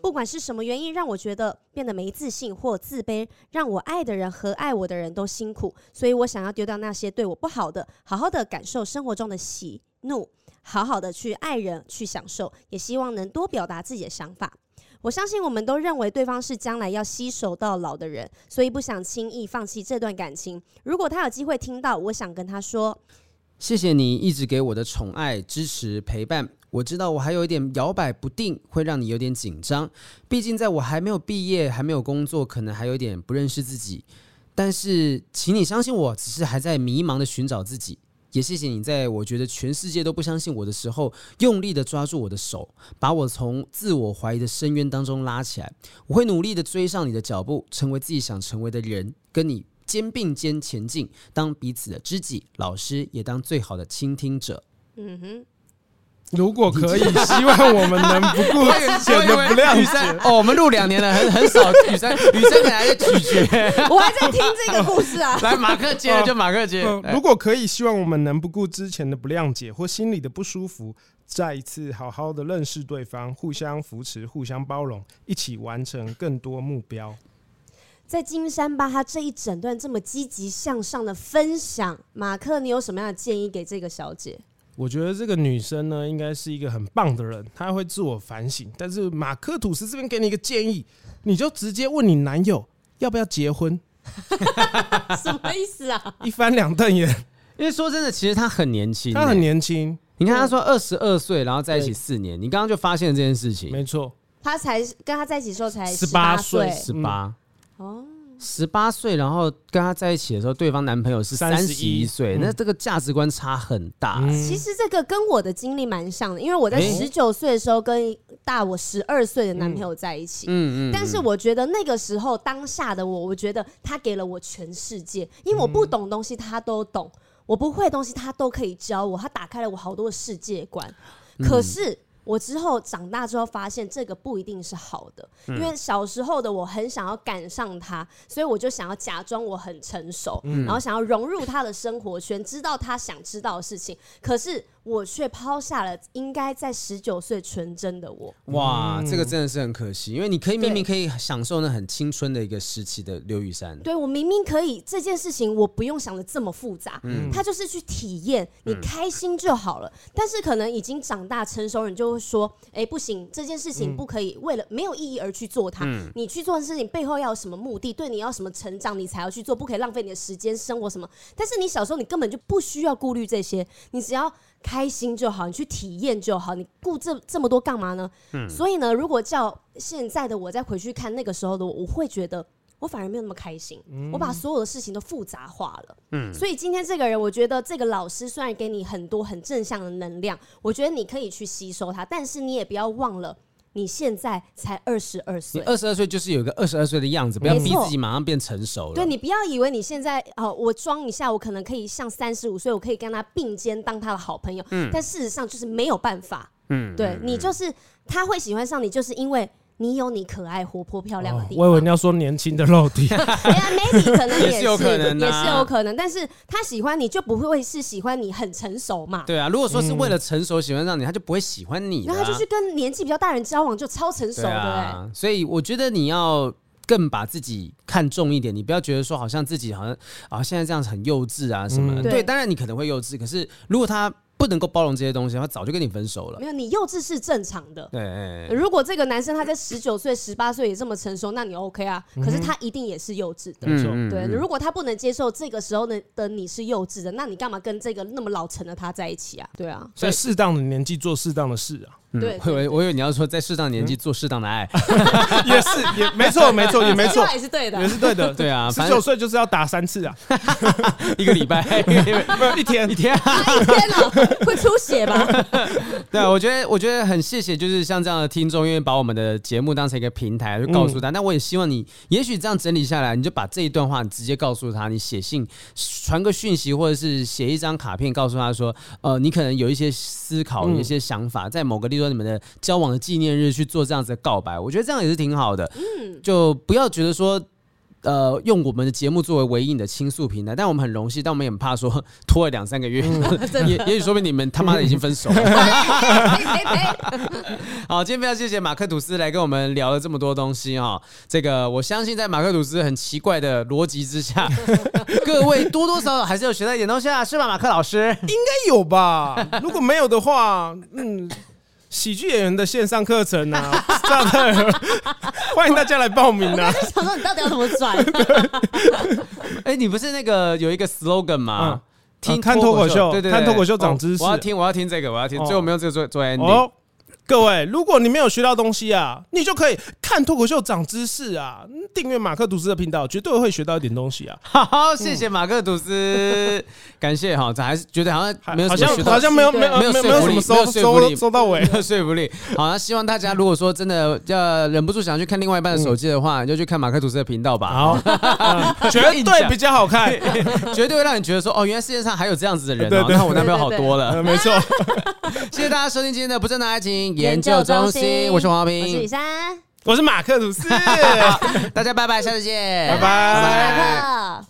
不管是什么原因，让我觉得变得没自信或自卑，让我爱的人和爱我的人都辛苦，所以我想要丢掉那些对我不好的，好好的感受生活中的喜怒，好好的去爱人，去享受，也希望能多表达自己的想法。我相信我们都认为对方是将来要携手到老的人，所以不想轻易放弃这段感情。如果他有机会听到，我想跟他说，
谢谢你一直给我的宠爱、支持、陪伴。我知道我还有一点摇摆不定，会让你有点紧张。毕竟在我还没有毕业、还没有工作，可能还有一点不认识自己。但是，请你相信我，只是还在迷茫的寻找自己。也谢谢你，在我觉得全世界都不相信我的时候，用力的抓住我的手，把我从自我怀疑的深渊当中拉起来。我会努力的追上你的脚步，成为自己想成为的人，跟你肩并肩前进，当彼此的知己、老师，也当最好的倾听者。
嗯哼，
如果可以，希望我们能不顾显得不谅
雨
解
山。哦，我们录两年了，很很少雨山，哦雨山本来在咀嚼，
我还在听这个故事啊。
来马克接了就马克哎接。
嗯如果可以，希望我们能不顾之前的不谅解或心里的不舒服，再一次好好的认识对方，互相扶持，互相包容，一起完成更多目标。
在金山吧，他这一整段这么积极向上的分享，马克，你有什么样的建议给这个 小姐？
我觉得这个女生呢，应该是一个很棒的人，她会自我反省。但是马克吐斯这边给你一个建议，你就直接问你男友要不要结 婚，
什么意思啊？
一翻两瞪眼。
因为说真的，其实他很年轻，
她很，年轻，
你看他说二十二岁，然后在一起四年，你刚刚就发现这件事情，
没错，
他才跟他在一起的时候才
18
岁，
十八。
哦，
十八岁，然后跟他在一起的时候，对方男朋友是三十一
31
岁，那这个价值观差很大。
嗯
其实这个跟我的经历蛮像的，因为我在
诶
十九岁的时候跟大我十二岁的男朋友在一起。
嗯嗯，
但是我觉得那个时候当下的我，我觉得他给了我全世界，因为我不懂的东西他都懂，我不会的东西他都可以教我，他打开了我好多的世界观。
嗯
可是我之后长大之后发现，这个不一定是好的，
嗯
因为小时候的我很想要赶上他，所以我就想要假装我
嗯
很成熟，然后想要融入他的生活圈，知道他想知道的事情。可是我却抛下了应该在十九岁纯真的我。
哇，
嗯
这个真的是很可惜，因为你可以明明
对
可以享受那很青春的一个时期的刘雨珊，
对我明明可以这件事情，我不用想的这么复杂，他就是去体验，你开心就好了。但是可能已经长大成熟人就会说，哎，不行，这件事情不可以为了没有意义而去做它。你去做的事情背后要有什么目的，对你要什么成长，你才要去做，不可以浪费你的时间、生活什么。但是你小时候你根本就不需要顾虑这些，你只要开心就好，你去体验就好，你顾这这么多干嘛呢？所以呢，如果叫现在的我再回去看那个时候的我，我会觉得。我反而没有那么开心，我把所有的事情都复杂化了。嗯，所以今天这个人，我觉得这个老师虽然给你很多很正向的能量，我觉得你可以去吸收它，但是你也不要忘了，你现在才二十二
你
岁。
二十二岁就是有一个二十二岁的样子，不要
没
逼
错
自己马上变成熟了。
对你不要以为你现在哦，我装一下，我可能可以像三十五岁，我可以跟他并肩当他的好朋友，
嗯
但事实上就是没有办法。嗯，对你就是他会喜欢上你，就是因为你有你可爱、活泼、漂亮的地
哦我
方。
以为你要说年轻的肉体，
哎呀，maybe 可能
也
也
是
是，
有可能啊
也是有可能。但是他喜欢你就不会是喜欢你很成熟嘛，
对啊，如果说是为了成熟喜欢上你，他就不会喜欢你啦。
然嗯后他就去跟年纪比较大人交往，就超成熟
对
的、哎。
啊，所以我觉得你要。更把自己看重一点，你不要觉得说好像自己好像啊现在这样子很幼稚啊什么的。
嗯
对
对，当然你可能会幼稚，可是如果他不能够包容这些东西，他早就跟你分手了
没。有，你幼稚是正常的。
对哎对，对
如果这个男生他在十九岁、十八岁也这么成熟，那你 OK 啊。
嗯
可是他一定也是幼稚的。
没错，
嗯
对，如果他不能接受这个时候的的你是幼稚的，那你干嘛跟这个那么老成的他在一起啊？对啊，
在适当的年纪做适当的事 啊，
对
我以为我以为你要说在适当年纪做适当的爱。
也是也没错，没错，也没
这句
哎错
话，也是 对的
也。是对的。
对啊，
十
反
九
正
岁就是要打三次啊，
一个礼拜 一 天一天。
啊天哪，会出血吧？
对，啊我觉得我觉得很谢谢，就是像这样的听众，愿意把我们的节目当成一个平台，就告诉他。那、我也希望你，也许这样整理下来，你就把这一段话你直接告诉他，你写信、传个讯息，或者是写一张卡片，告诉他说，呃，你可能有一些思考、有一些想法，在某个例如说你们的交往的纪念日去做这样子的告白，我觉得这样也是挺好的。嗯，就不要觉得说。呃，用我们的节目作为唯一你的倾诉平台，但我们很荣幸，但我们也很怕说 拖了两三个月， 也也许说明你们他妈的已经分手了。
哎呸呸呸！
好，今天非常谢谢马克吐斯来跟我们聊了这么多东西哈、这个我相信在马克吐斯很奇怪的逻辑之 下，各位多多少少还是有学到一点东西啊，是吧，马克老 师？
应该有吧？如果没有的话，嗯。喜剧演员的线上课程啊， 炸弹儿，欢迎大家来报名
我刚！
啊
才想说你到底要怎么 转？
哎、你不是那个有一个 slogan 吗？
嗯啊看脱口秀
对对对哦
看脱口秀长知识
我我要听，我要听这个，我要听，
哦
最后没有这个做做 ending。
哦，各位，如果你没有学到东西啊，你就可以看脱口秀长知识啊。嗯订阅马克读斯的频道，绝对会学到一点东西啊。
好，谢谢马克吐斯，感谢哈，这还是觉得好像
好
没有
好
什么
像
学到
好像没有没有
没有
没
说
有没有
服
什
力
么
没
收
有说服力
收收到尾
没。有说服力。好，那希望大家如果说真的要忍不住想去看另外一半的手机的话，你就去看马克吐斯的频道吧。
嗯好，嗯绝
硬
对
讲
比较好看，
绝对会让你觉得说，哦，原来世界上还有这样子的人
对
哦，
对
那我男朋友好多 了。
呃没错。
谢谢大家收听今天的不正当爱情研究中心，我是黄浩
我是雨
平，
珊，
我是马克吐斯，
大家拜拜，下次见，
拜
我是
拜
马克。